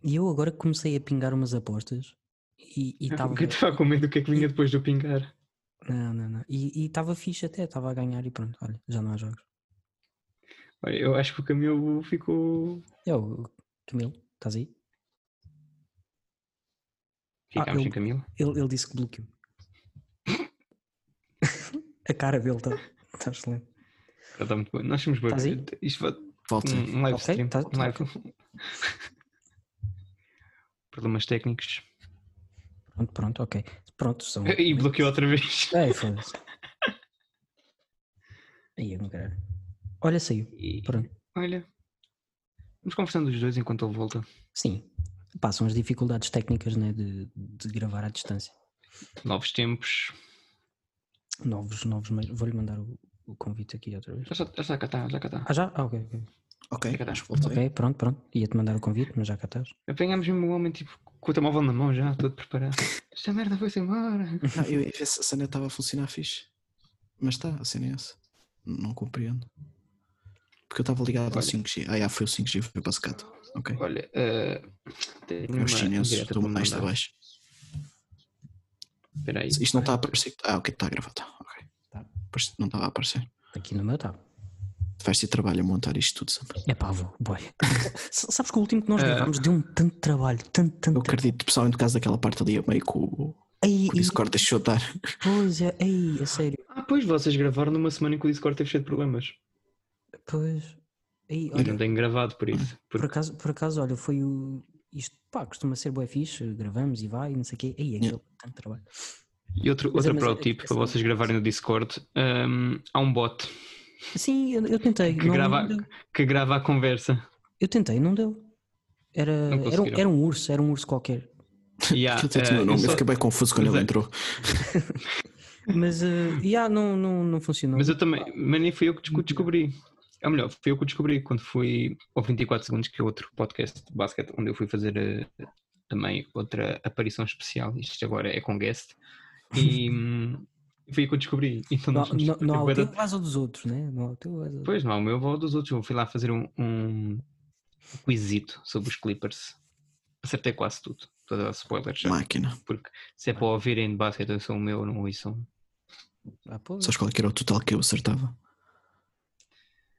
E eu agora comecei a pingar umas apostas e e estava.
Porque eu estava com medo do que é que vinha depois de eu pingar.
Não, não, não. E estava fixe até, estava a ganhar e pronto, olha, já não há jogos.
Olha, eu acho que o caminho ficou.
É o Camilo, estás aí?
Ficámos
Ah, eu-
sem Camilo.
Ele, ele disse que bloqueou. a cara dele está tá excelente.
Ele está tá muito bom. Nós somos boas.
Estás aí?
Isto vai
Volta.
um, um
Tá Ok,
live stream.
tá-
um
tá
live. Problemas técnicos.
Pronto, pronto, ok. Pronto, são.
E bloqueou outra vez.
Ai, foda-se. Aí eu não quero. Olha, saiu.
E-
Pronto.
Olha. Vamos conversando os dois enquanto ele volta.
Sim. Pá, são as dificuldades técnicas né, de, de gravar à distância.
Novos tempos.
Novos, novos meios. Vou-lhe mandar o, o convite aqui outra vez.
Já, só- já, só cá está, já cá tá. está.
Ah, já? Ah, ok, ok.
Ok,
Fica
acho que
Ok,
voltei.
pronto, pronto. Ia-te mandar o convite, mas já cá estás.
Apanhámos mesmo o homem tipo com o telemóvel na mão já, todo preparado. Esta merda foi-se embora.
Ah, eu, essa cena estava a funcionar fixe. Mas está, a cena é essa. Não compreendo. Porque eu estava ligado ao
Olha.
5G. Ah, já, foi o 5G, foi para a secata. Ok.
Olha, eh, tenho
É
uma
os chineses,
indireta
estão
para
mais
mandar.
abaixo.
Espera aí.
Isto não está a aparecer. Ah, ok, está a gravar, tá. Ok.
Tá.
Pois Não estava a aparecer.
Aqui no meu tab.
Vais ter trabalho a montar isto tudo sempre.
É pá, vou, boy. S- Sabes que o último que nós
Ah.
gravámos deu um tanto de trabalho, tanto,
Eu
Então.
tanto trabalho.
acredito, pessoalmente, por causa daquela parte ali a meio que o,
Ei,
que o Discord deixou de dar.
ei, pois é, ei, a sério.
Ah, pois vocês gravaram numa semana em que o Discord teve cheio de problemas.
Pois. Ei,
Eu
olha,
não tenho gravado por isso.
por
porque-
acaso, por acaso, olha, foi o. Isto, pá, costuma ser boé fixe, gravamos e vai, e não sei o quê. Ei, aquele tanto trabalho.
E outro,
Mas é-
outra
mas é-
pro
é-
tip
é
para
só-
vocês gravarem no Discord: hum, há um bot
Sim, eu, eu tentei.
Que
não,
grava-
não deu.
que grava a conversa.
Eu tentei, não deu. Era,
Não
era, um,
conseguiram.
era um urso, era um urso qualquer.
E há,
Aquilo até
eh,
tinha o
eu
nome. Eu
só-
fiquei bem confuso quando
Mas
ele
é-
entrou.
Mas, eh, já, não, não, não funcionou.
Mas eu também, mas nem fui eu que desco- descobri. Ou melhor, fui eu que descobri quando fui ao 24 Segundos, que é outro podcast de basquete, onde eu fui fazer eh, também outra aparição especial. Isto agora é com guest. E hum, foi aí que eu descobri. Então,
Não,
nós vamos
não, não há o
fazer
teu,
bué de-
vais ao dos outros, né? Não há o teu, vais ao-
Pois não, o meu vou dos outros. Eu fui lá fazer um, um quizito sobre os Clippers. Acertei quase tudo. Estou a dar spoilers já.
Máquina.
Porque se é para ouvirem de basquete, eu sou o meu, não um. ouçam.
Ah, pois.
Sabes qual é que era o total que eu acertava?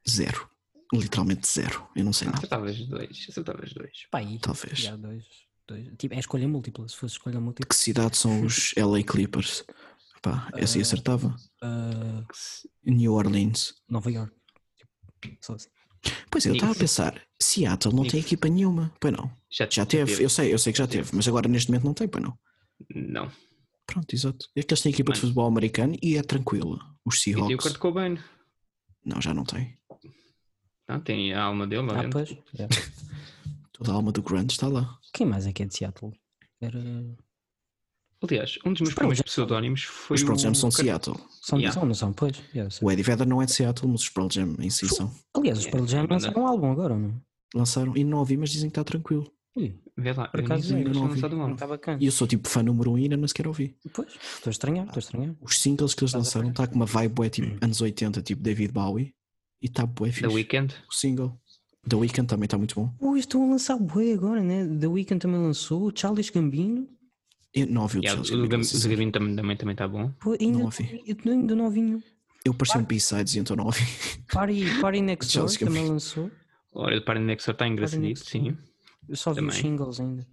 Zero. Literalmente zero. Eu não sei nada.
Acertavas dois, acertavas dois.
Pá, aí.
Talvez.
Já, dois, dois. Tipo, é escolha múltipla. Se fosse escolha múltipla.
Que cidade são os LA Clippers? Pá, essa
Eh,
aí
Ah.
acertava.
ah,
New Orleans.
Nova York. Só assim.
Pois é, eu estava a
Knicks.
pensar, Seattle não tem
Knicks.
equipa nenhuma. Pois não. Já teve, eu sei, eu sei que já teve, mas agora neste momento não tem, pois não.
Não.
Pronto, exato. É que eles têm equipa de
Mano.
futebol americano e é tranquila. Os
E tem o
Seahawks.
Kurt Cobain.
Não, já não tem.
Não, tem a alma dele lá
Ah,
dentro.
pois. já.
Toda a alma do grande está lá.
Quem mais é que é de Seattle? Era.
Aliás, um dos meus
Os
primeiros
Pearl Jam.
pseudónimos foi um
Os Pearl Jam
o...
são de
Kurt-
Seattle.
São,
Yeah.
são, não são? Pois. já, são.
O Eddie Vedder não é de Seattle, mas os Pearl Jam em si são.
Aliás, os
É,
Pearl Jam
manda.
lançaram um álbum agora, ou não?
Lançaram, e não ouvi, mas dizem que está tranquilo.
Ih,
Vê lá,
Por
eu
acaso, eu
nem sabia que
não
tinha
ouvi.
lançado um
não
álbum.
está Tá bacana.
E eu sou tipo fã número um e ainda nem sequer ouvi.
Pois, estou a estranhar, estou a estranhar.
Os singles que eles lançaram está com uma vibe bué tipo anos 80, tipo David Bowie. E está bué
The
fixe.
Weeknd.
O single. The Weeknd também está muito bom.
Ui, estão a lançar bué agora, né? The Weeknd também lançou, o Charles Gambino.
Eu não ouvi o
Yeah,
yeah,
O do Gam- o do Gabino também também também está bom.
Pô, ainda
Não
não
ouvi.
ouvi. Eu ainda não ouvi nenhum.
Eu parecia um B-Sides e então não ouvi.
Party, Party Next Door
Childish
também
Gambino.
lançou.
Olha, o Party Next Door está engraçadito,
Next
sim.
Eu só vi os
Também.
singles ainda.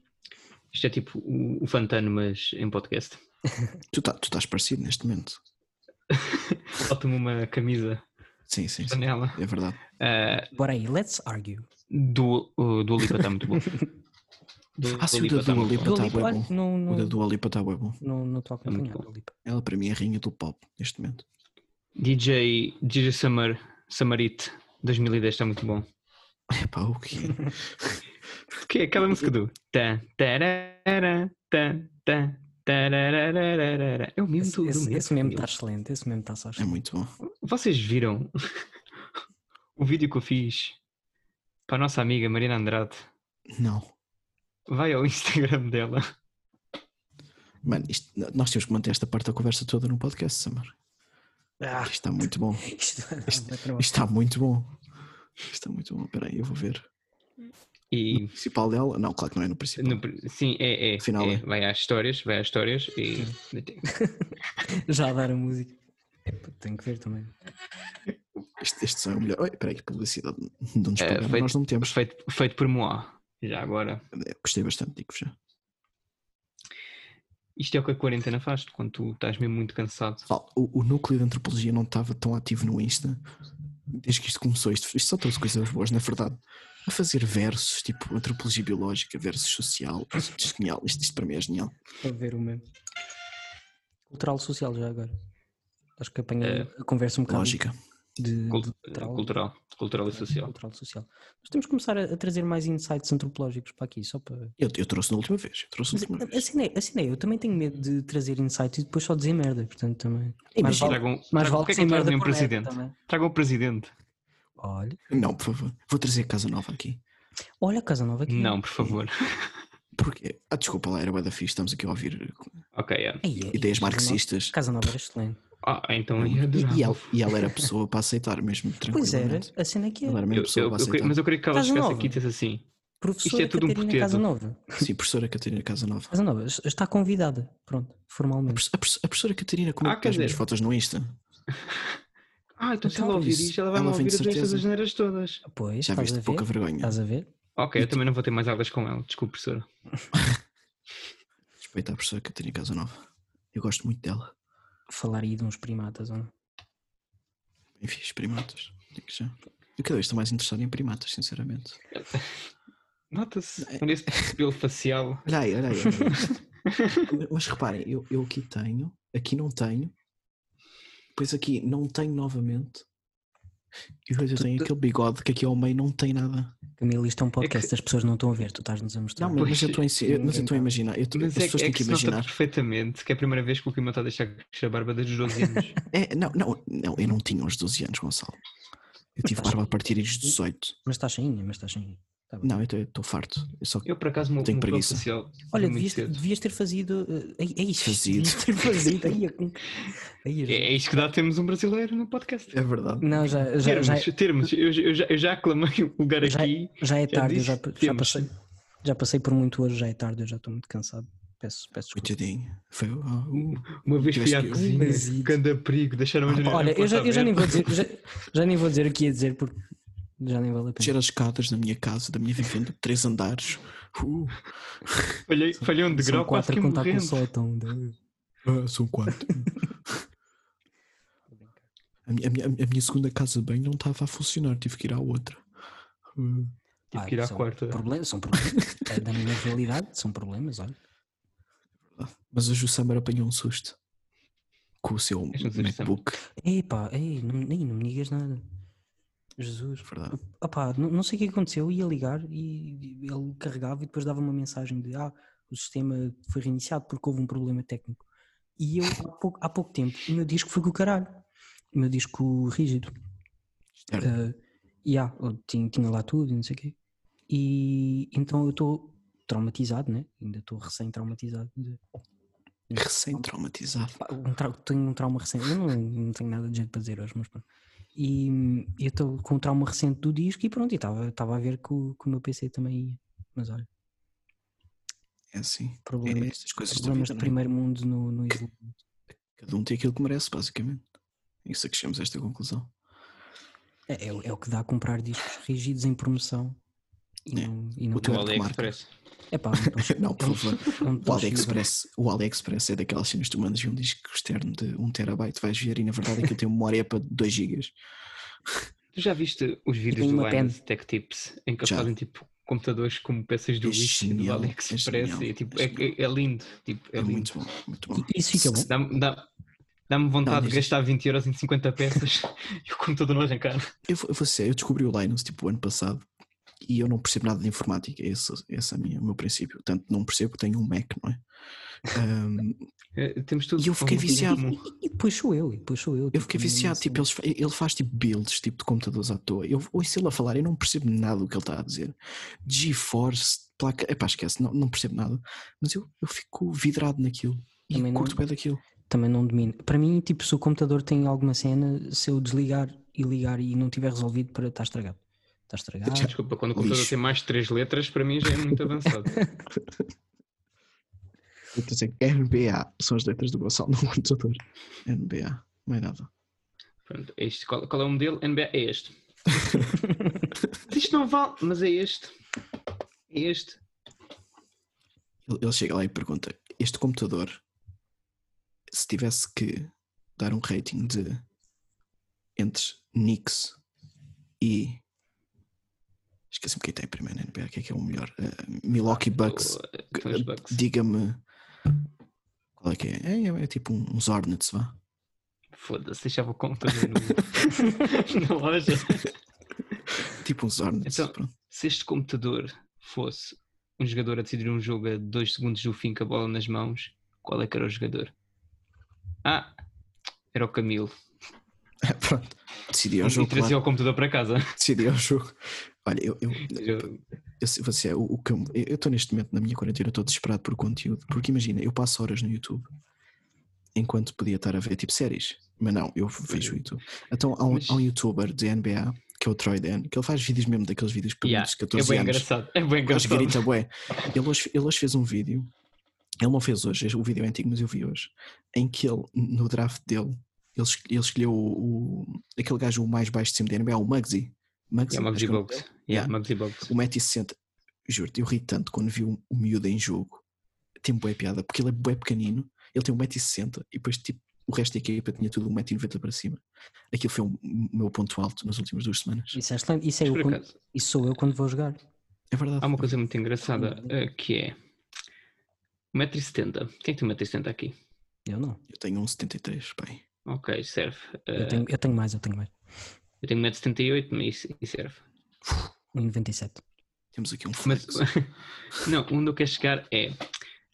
Isto é tipo o, o Fantano, mas em podcast.
Tu, tá, tu estás parecido neste momento.
Falta-me uma camisa
Sim, sim, sim.
nela.
É verdade.
Ah,
Bora aí, let's argue.
do, o Dua Lipa está muito bom.
Ah, sim, o
Lipa
da
tá
Dua
muito
Lipa
bom.
Dua
tá
Lipa,
bué
olha,
bom.
não,
O da
Hum.
não,
Dua Lipa está bué bom.
não, não estou a
muito
acompanhar. Tipo,
bom.
Dua Lipa.
Ela para mim é a rainha do pop neste momento.
DJ, DJ Summer, Samarit 2010 está tá muito bom.
Epá, o que é?
Que é aquela música do. Tan, tarara, tan, tan, Tararararara. É o mesmo
Esse,
do, do
esse,
mesmo.
esse meme tá- está excelente, esse meme está só
É
excelente.
muito bom.
Vocês viram o vídeo que eu fiz para a nossa amiga Marina Andrade?
Não.
Vai ao Instagram dela.
Mano, isto- nós temos que manter esta parte da conversa toda no podcast, Samar.
Ah,
Isto está muito bom.
isto, é
Isto está muito bom. Isto está muito bom. Espera aí, eu vou ver.
E
Principal dela? Não, claro que não é no principal.
no pr- sim, é, é,
Afinal,
é.
é.
Vai às histórias, vai às histórias e
Já a dar a música. Epá, tenho que ver também.
Este, este som é o melhor. Oi, espera aí, que publicidade. Não nos
É,
pagaram,
feito-
nós não temos.
feito, feito por Moá. Já agora.
Eu Gostei bastante, digo já.
Isto é o que a quarentena faz quando tu estás mesmo muito cansado.
Pessoal, o, o núcleo de antropologia não estava tão ativo no Insta desde que isto começou. Isto, isto só trouxe coisas boas, na verdade. A fazer versos, tipo antropologia biológica, versus social. Isto é genial. Isto, isto para mim é genial.
Para ver o meme. Cultural social já agora. Acho que apanhei a conversa um bocado
Lógica.
de,
É, Cul-
de cultural.
cultural, cultural e social.
Cultural social. Nós temos que começar a, a trazer mais insights antropológicos para aqui, só para.
Eu, eu trouxe na última vez. Eu trouxe na
Mas,
última vez.
assim, é, assim é, eu também tenho medo de trazer insights e depois só dizer merda, portanto também. Mas
Imagina.
vale-
Tragam,
Mas vale
tragam- porque é que
sem
não
merda
trazem um
por merda
presidente?
também.
Tragam o presidente.
Olha,
Não, por favor. Vou trazer Casa Nova aqui.
olha a Casa Nova aqui.
Não, por favor.
Porque. Ah, desculpa lá, era o fixe. Estamos aqui a ouvir
Ok, é.
Ei, ei,
ideias
Casa Nova-
marxistas.
Casa Nova era excelente.
Ah, então eu adorava.
E, e ela, e ela era a pessoa para aceitar mesmo,
Pois era,
tranquilamente.
a cena é que
Ela
era.
era
Eu-
mesmo tá. a pessoa
eu-
para
eu queria-
aceitar.
mas eu queria que ela
Casa
chegasse
Tá nova.
aqui e dissesse assim:
Professora
tudo um
Catarina
potato.
Casa Nova.
Sim, professora Catarina Casanova.
Casa Nova es- está convidada, pronto,
A
formalmente.
pers- A, pers- a professora Catarina
Ah,
comenta
quer
as minhas
dizer-
fotos no Insta.
Ah, então se ela
Então,
ouvir
isso,
isto, ela vai me
ela vem
ouvir
de
estas
certeza.
asneiras todas.
Pois,
Já
estás a
viste
ver?
pouca vergonha.
Estás a ver?
Ok, eu também não vou ter mais aulas com ela, desculpe, professora.
Respeito à professora Catarina Casanova. Eu gosto muito dela.
Falar aí de uns primatas ou não?
Enfim, os primatas. Digo já. Eu cada vez estou mais interessado em primatas, sinceramente.
Nota-se
é-
nesse pelo facial.
Olha aí, olha aí. olha aí. Mas reparem, eu, eu aqui tenho, aqui não tenho, depois aqui não tenho novamente, e depois eu tenho aquele bigode que aqui ao meio não tem nada.
Camilo, isto é um podcast, as pessoas não estão a ver, tu estás-nos a mostrar.
Não, mas, mas eu estou a ensi- mas eu estou a imaginar, eu estou-
Mas
as
é,
pessoas
é
têm
que
que
se nota
imaginar.
perfeitamente que é a primeira vez que o Clima está a deixar crescer a barba desde os 12 anos.
É, não, não, não, eu não tinha aos 12 anos, Gonçalo. Eu tive barba a partir dos 18.
Mas está cheinha, mas está cheinha. Tá bem.
Não, eu estou- eu estou farto. Eu só
Eu, por acaso, o meu
Tenho
meu pelo
preguiça.
facial.
Olha,
é muito
devias,
cedo.
devias ter fazido. eh, É, é isso.
Fazido.
Devias ter fazido. Aí, é com- aí é-
É, é isto que dá, temos um brasileiro no podcast.
É verdade.
Não, já, já,
Termos,
já,
termos. Eu, eu já, eu já aclamei o lugar
Já-
aqui.
já é
já
tarde, eu
disse,
já, pa- já,
temos.
passei, já passei por muito hoje, já é tarde, eu já estou muito cansado. Peço, peço desculpa.
Coitadinho. Foi. ah, uh.
Uma vez fui
Tiveste
à
que ir.
cozinha,
Mas isso-
canda perigo, deixaram a janela
Olha, eu já, eu já nem
aberta.
vou dizer, já, já nem vou dizer o que ia dizer porque já nem vale a
Descer
pena.
as escadas da minha casa, da minha vivenda, de três andares. Uh,
Falhei, falhei um
São
degrau, quase
quatro
que
a contar com o então,
morrendo.
sótão.
ah, são quatro. a, minha, a, minha, a minha segunda casa bem não estava a funcionar, tive que ir à outra. Uh,
Tive
Ah,
Tipo, que ir à
são
quarta.
Problemas, são problemas. É da minha realidade, são problemas, olha.
mas hoje o Summer apanhou um susto com o seu
És um susto,
MacBook.
Epá, ei, não, ei, não me digas nada. Jesus.
é Verdade.
Opá, não, não sei o que aconteceu, ia ligar e ele carregava e depois dava uma mensagem de ah, o sistema foi reiniciado porque houve um problema técnico. E eu, há pouco, há pouco tempo, o meu disco foi com o caralho. O meu disco rígido.
Externo.
Ah, e há, eu tinha, tinha lá tudo e não sei o quê. E então eu estou traumatizado, né? Ainda estou recém-traumatizado. de-
Recém-traumatizado.
Pá, um trau- tenho um trauma recente. Eu não, não tenho nada de jeito para dizer hoje, mas pronto. E hum, eu estou com um trauma recente do disco e pronto, e estava a ver que o, que o meu PC também ia. Mas olha,
É assim. É
problemas,
estas coisas da
problemas de
vida, não é?
primeiro mundo no, no Islã.
Cada um tem aquilo que merece, basicamente. É Isso é que chegamos a esta conclusão.
É, é o- é o que dá a comprar discos rígidos em promoção. E
É.
não, e não
O teu
comprar.
Alex-
é pá, um tocho-
Não, por
é um-
favor.
é um
O
tocho-
AliExpress, o AliExpress é daquelas cenas que tu mandas um disco externo de 1 terabyte, vais ver, e na verdade aquilo tem memória para 2 gigas.
Tu já viste os vídeos
tenho
do
uma pena.
Linus Tech Tips em que eles
Já.
fazem tipo computadores como peças do
É
Wish e do
genial, é
AliExpress?
genial,
e, tipo, é,
é genial.
é- é lindo. Tipo, é
É
lindo.
muito bom, muito bom.
E Isso fica bom.
Dá-me dá, dá-me vontade
Não,
de
diz-
gastar 20 euros em 50 peças e o computador não arrancar.
Eu, vou- eu, vou ser- eu descobri o Linux tipo o ano passado e eu não percebo nada de informática, esse, esse é a minha- o meu princípio. Tanto não percebo, tenho um Mac, não é? Ahm,
Eh, Temos tudo.
E eu fiquei
alguma coisa em
viciado.
comum.
E, e depois sou eu, e depois sou eu.
eu fiquei viciado, tipo, eles fa- ele faz tipo builds, tipo de computadores à toa. Eu ouço ele a falar, eu não percebo nada do que ele está a dizer. GeForce, placa, epá, esquece, não, não percebo nada. Mas eu, eu fico vidrado naquilo e
Também não-
curto bem daquilo.
Também não domino. Para mim, tipo, se o computador tem alguma cena, se eu desligar e ligar e não tiver resolvido, para está estragado. Está estragado.
Já-
Ah, Desculpa, quando o computador
Lixo.
tem mais de três letras, para mim já é muito avançado.
Eu estou a dizer NBA, são as letras do Gonçalo no computador. NBA, não é nada.
Pronto, é este. Qual, qual é o modelo? NBA é este. Isto não vale, mas é este. É este.
Ele, ele chega lá e pergunta: Este computador, se tivesse que dar um rating de entre Knicks e. Esqueci-me quem tem primeiro na NBA, o que é que é o melhor? Eh, Milwaukee Bucks.
Ou, eh, então os Bucks.
Diga-me. Qual é que é? É, é tipo um- uns Hornets, vá.
Foda-se, deixava o computador no- na loja.
Tipo uns Hornets.
Então-
pronto.
Se este computador fosse um jogador a decidir um jogo a dois segundos do fim com a bola nas mãos, qual é que era o jogador? Ah, era o Camilo.
É, Pronto. Decidi ao
E
É um jogo.
trazia
Claro.
o computador para casa.
Decidi ao jogo. Olha, eu- eu,
Eu-
Eu, sei- você, o, o que eu eu estou neste momento na minha quarentena, eu estou desesperado por conteúdo, porque imagina, eu passo horas no YouTube enquanto podia estar a ver tipo séries, mas não, eu vejo o YouTube. Então há um,
Mas-
há um youtuber de NBA, que é o Troy Dan, que ele faz vídeos mesmo daqueles vídeos para
Yeah,
miúdos de
é
14
bem
anos.
engraçado. É bem
O gajo
engraçado.
grita, bué. então Ele hoje, ele hoje fez um vídeo, ele não fez hoje, o vídeo é antigo, mas eu vi hoje, em que ele, no draft dele, ele, es- ele escolheu o, o- aquele gajo mais baixo de cima da NBA, o Muggsy. Muggsy,
Yeah,
acho
Mugsy
que é o nome
Bogues.
dele.
Yeah,
Yeah.
Mugsy Bogues.
O Matty 60, juro-te, eu ri tanto quando vi o, o miúdo em jogo. Tem bué piada, porque ele é bué pequenino, ele tem 1,60m e depois tipo, o resto da equipa tinha tudo 1,90m para cima. Aquilo foi o meu ponto alto nas últimas duas semanas.
Isso é excelente. Isso, é eu
Por
quando-
acaso,
isso sou eu quando vou jogar.
É verdade.
Há uma coisa muito engraçada eh, que é 1,70m. Quem é que tem 1,70m aqui?
Eu não.
Eu tenho 1,73m, bem.
Ok, serve. Eh,
Eu tenho, eu tenho mais, eu tenho mais.
eu tenho 1,78m mas isso- e serve.
1,97.
Temos aqui um
Mas
flex.
não, onde eu quero chegar é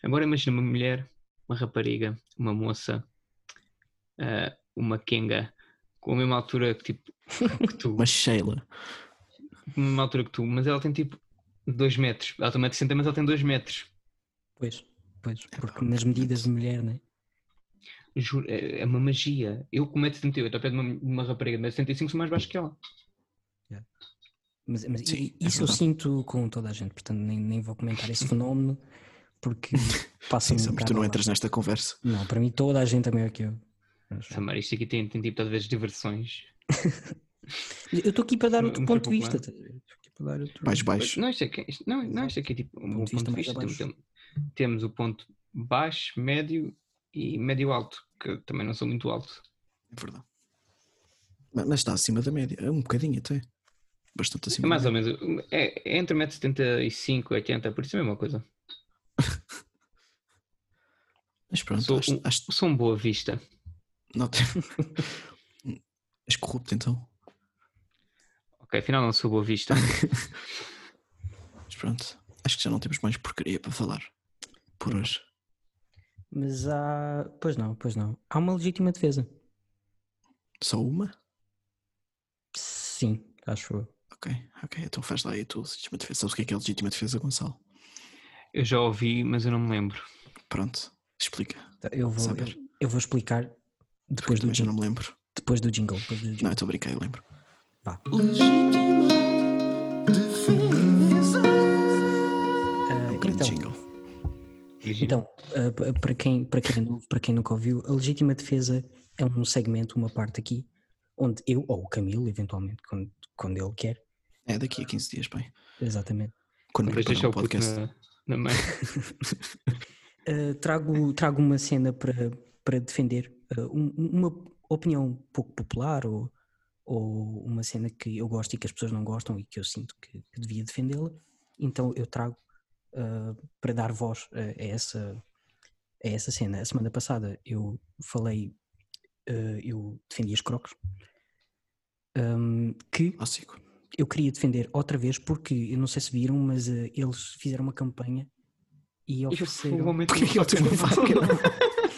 agora imagina uma mulher, uma rapariga, uma moça, ah, uma Kenga, com a mesma altura que, tipo, que tu,
Mas Sheila,
com a mesma altura que tu, mas ela tem tipo 2 metros. Ela tem 1,60m, mas ela tem 2 metros.
Pois, pois. Porque
é
nas medidas
assim.
de mulher, né?
Juro, é, é uma magia. Eu com 1,78m, ao pé de uma, uma rapariga de 1,75m, sou mais baixo que ela.
Mas, mas
Sim,
i-
é
isso eu
verdade.
sinto com toda a gente, portanto nem, nem vou comentar esse fenómeno porque passa
sim,
me um
Sam,
tá
bocado
tu não
ao
entras nesta conversa.
lado. Não, para mim toda a gente é maior que eu. Mas,
Samara, isto aqui tem, tem tipo talvez diversões.
Eu estou aqui para dar
Um-
outro
um
ponto de
popular.
vista. tá- Estou aqui para dar outro-
Mais baixo.
Não, isto aqui, isto- não, não, isto aqui é tipo um bom
Ponto de vista
ponto de
mais
vista. Temos, temos- temos o ponto baixo, médio e médio alto, que eu também não sou muito alto.
É verdade. Mas, mas está acima da média. É um bocadinho até. Bastante
É
acima.
mais
da
ou
média.
menos, é, é entre 1,75m e 80 por isso é a mesma coisa.
Mas pronto,
Sou
acho,
um-
acho-
Sou um boa vista.
não tem- És corrupto então.
Ok, afinal não sou boa vista.
Mas pronto, acho que já não temos mais porcaria para falar por hoje.
Mas há. Pois não, pois não. Há uma legítima defesa.
Só uma?
Sim, acho eu.
Ok, ok, então faz lá aí tu legítima defesa. Sabes o que é que é legítima defesa, Gonçalo?
Eu já ouvi, mas eu não me lembro.
Pronto, explica.
Eu vou,
Saber.
eu, eu vou explicar depois
Depois
do,
também já
jing-
não me lembro.
depois do jingle. Depois do jingle.
Não, eu estou a brincar, eu lembro.
Ah,
Grande
então,
jingle.
Então, uh, pa- para quem, para, quem é novo, para quem nunca ouviu, a legítima defesa é um segmento, uma parte aqui, onde eu, ou o Camilo, eventualmente, quando, quando ele quer,
É daqui a 15 dias, bem.
exatamente,
Quando
Depois deixa
preparar
o
o
puto
podcast.
na, na mãe.
uh, trago, trago uma cena para, para defender uh, um- uma opinião pouco popular ou, ou uma cena que eu gosto e que as pessoas não gostam e que eu sinto que, que devia defendê-la, então eu trago uh, para dar voz a, a essa, a essa cena. A semana passada eu falei, eh, uh, eu defendi as crocs, um, que
Clássico.
eu queria defender outra vez porque eu não sei se viram, mas eh, eles fizeram uma campanha e
Eu fui um
ofereceram.
momento
Porquê que ele tem uma faca?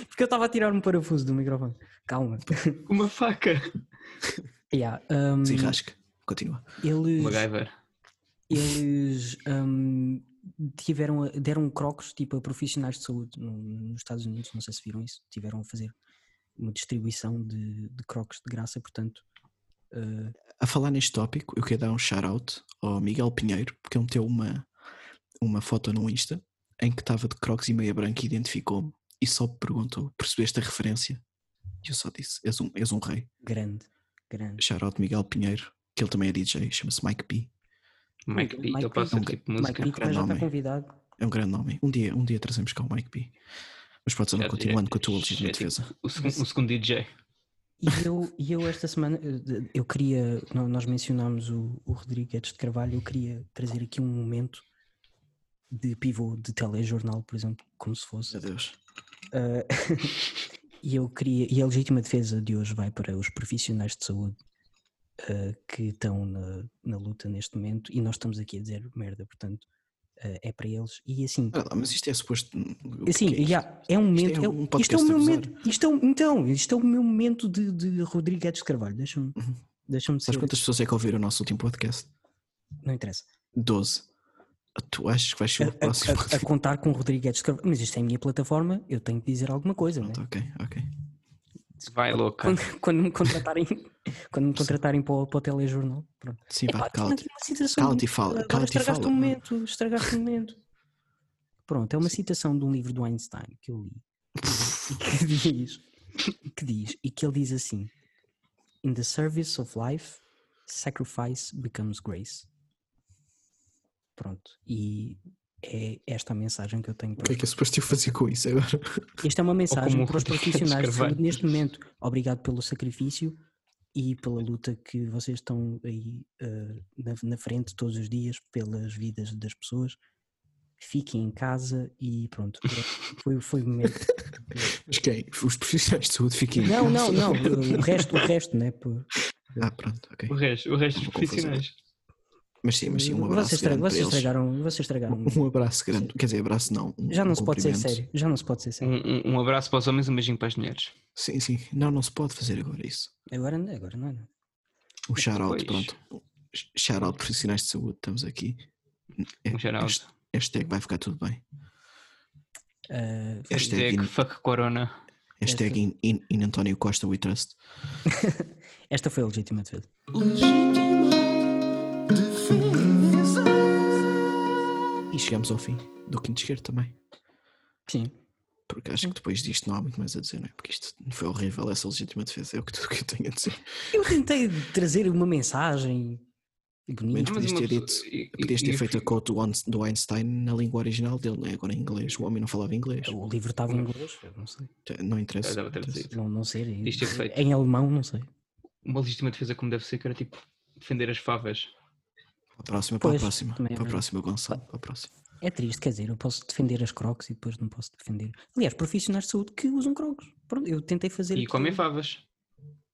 Porque eu estava a tirar um parafuso do microfone. Calma.
com uma faca.
Yeah, um,
Sim, rasca. Continua.
eles
MacGyver.
eles hum, tiveram a- deram crocos tipo a profissionais de saúde no- nos Estados Unidos, não sei se viram isso, tiveram a fazer uma distribuição de, de crocos de graça, portanto, eh,
A falar neste tópico, eu queria dar um shout-out ao Miguel Pinheiro, porque ele meteu uma, uma foto no Insta em que estava de crocs e meia branca e identificou-me e só me perguntou, percebeste a referência? E eu só disse, és um, és um rei.
grande, grande.
Shout-out Miguel Pinheiro, que ele também é DJ, chama-se Mike P.
Mike P.
Mike
Ele
P.
passa
Nunca-
tipo
Mike
música.
Pico também já está
é Grande homem.
convidado.
É um grande nome. Um dia, um dia trazemos cá o Mike P. Mas pode ser,
É-
não, continuando com a tua
é-
legítima
é tipo-
defesa.
O segundo, o segundo DJ.
E eu, e eu esta semana, eh, eu queria, nó- nós mencionámos o, o Rodrigo Guedes de Carvalho, eu queria trazer aqui um momento de pivô de telejornal, por exemplo, como se fosse.
Meu Deus.
Ah, e eu queria e a legítima defesa de hoje vai para os profissionais de saúde ah, que estão na, na luta neste momento e nós estamos aqui a dizer merda, portanto ah, é para eles e assim
Ah, mas isto é suposto. o que
assim
é isto?
já, é um momento
é
é- isto
um
é o
podcast
meu
abusado.
momento isto é, um- então isto é o meu momento de, de Rodrigues de Carvalho deixa-me
Uhum.
deixa-me
Sabes
ser
quantas pessoas é que ouviram o nosso último podcast?
não interessa
12. Tu achas que vais ser
a,
o próximo?
a- a- a contar com Rodrigues de Carvalho mas isto é a minha plataforma eu tenho que dizer alguma coisa né?
Pronto, ok, ok.
Vai louca.
quando, quando me contratarem quando me contratarem para o, para o telejornal pronto
Sim,
Epá,
vá,
tinha
cala-te.
aqui uma citação
Cala-te e
bonita,
fala.
agora
Cala-te e
estragaste
fala.
o momento, estragaste o momento. Pronto, é uma citação de um livro do Einstein que eu li e que diz, que diz e que ele diz assim: In the service of life, sacrifice becomes grace. Pronto, e é esta a mensagem que eu tenho
O
para
que é que é suposto eu fazer com isso agora?
Esta é uma mensagem
como
para os
Rodrigues
profissionais de saúde
Carvalho.
neste momento. Obrigado pelo sacrifício e pela luta que vocês estão aí eh, na, na frente todos os dias pelas vidas das pessoas. Fiquem em casa e pronto. eh, Foi, foi o momento.
Mas quem? Os profissionais de saúde fiquem. em
Não,
casa.
não, não. eh, O resto, o resto, né? pô.
Ah, pronto, ok.
O resto, o resto dos profissionais.
Mas sim, mas sim, um abraço
vocês, estra-
grande
vocês
para eles.
estragaram, vocês estragaram.
Um abraço grande. Quer dizer, abraço não. um-
Já não
um
se pode ser
cumprimento.
sério. Já não se pode ser sério.
Um, um- um abraço para os homens e um beijinho para as mulheres.
Sim, sim. Não, não se pode fazer agora isso.
Agora, agora não é. nada.
Um shout-out,
Pois.
pronto. Shout-out profissionais de saúde, estamos aqui.
Um geral.
Hasht- Hashtag vai ficar tudo bem.
Eh,
Hashtag,
Hashtag
é in,
fuck corona.
hashtag in, in, in António Costa we trust.
esta foi a legítima defesa.
E chegamos ao fim do quinto esquerdo também.
Sim.
Porque acho que depois disto não há muito mais a dizer, não é? Porque isto foi horrível, essa legítima defesa é o que tudo que eu tenho a dizer.
Eu tentei trazer uma mensagem bonita.
Mas podias
uma
ter
pessoa-
dito-
e- e-
Podias ter
e-
feito a quote do Einst- do Einstein na língua original dele, não é? Agora em inglês. O homem não falava inglês. Então,
O livro estava em inglês, eu não sei. tipo,
Não interessa.
Dava É ter
não interessa.
trazido.
Não, não sei.
Isto é feito.
Em alemão, não sei.
Uma legítima defesa como deve ser, que era tipo defender as favas.
Para a próxima, para
Pois,
a próxima.
também é
Para a
verdade.
próxima, Gonçalo. Para a próxima.
É triste, quer dizer, eu posso defender as crocs e depois não posso defender. Aliás, profissionais de saúde que usam crocs. Pronto, eu tentei fazer.
E
aqui
comem
tudo.
favas.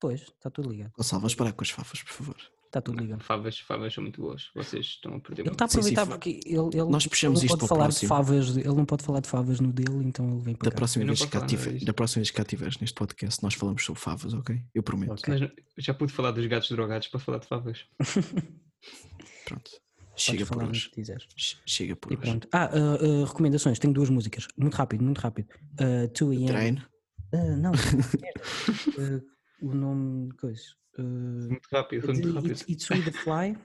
Pois, está tudo ligado.
Gonçalo, vamos parar com as favas, por favor.
Está tudo ligado.
Favas, favas são muito boas. Vocês estão a perder
Ele
muito.
está a
Sim, sim,
aproveitar
fa-
porque ele, ele-
Nós
ele
puxamos
não pode
isto para o
falar de
próximo.
favas, de- ele não pode falar de favas no dele, então ele vem para
Da
cá.
próxima,
Eu não
vez
posso
que cá
falar nada
tiver,
disto.
da próxima vez que cá tiveres neste podcast, nós falamos sobre favas, ok? Eu prometo.
Ok.
Mas já pude falar dos gatos drogados para falar de favas.
Pronto.
Podes
Chega por
falar do
hoje.
que quiseres.
Che- Chega por
E
hoje.
pronto. Ah, ah, ah, recomendações. Tenho duas músicas. Muito rápido, muito rápido. Uh, 2 AM.
Treino.
Ah, não, merda. Ah, o nome de coisa. Ah,
Muito rápido, foi muito
de-
rápido.
It's, it's We the Fly.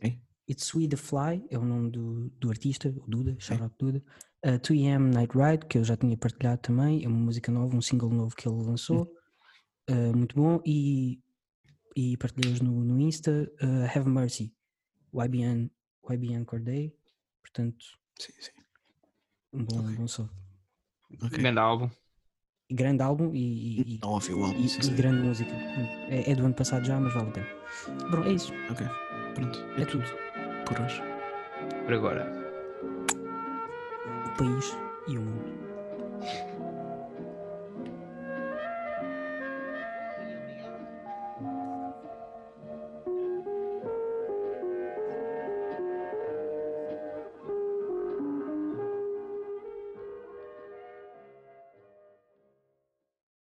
Quem?
It's We the Fly é o nome do, do artista, o Duda, shout out Duda. Ah, 2AM Night Ride, que eu já tinha partilhado também, é uma música nova, um single novo que ele lançou, Ah, muito bom. E, e partilhei hoje no, no Insta, ah, Have Mercy, YBN, YBN Corday, portanto,
Sim, sim.
um bom,
Ok.
bom som.
Ok.
Grande álbum.
Grande álbum e- e- e
Não ouvi o álbum,
e,
sim,
e
sim.
grande música. É, é do ano passado já, mas vale a pena. Bom, é isso.
Ok. Pronto.
É tudo.
Por hoje.
Por agora.
Um O país e o mundo.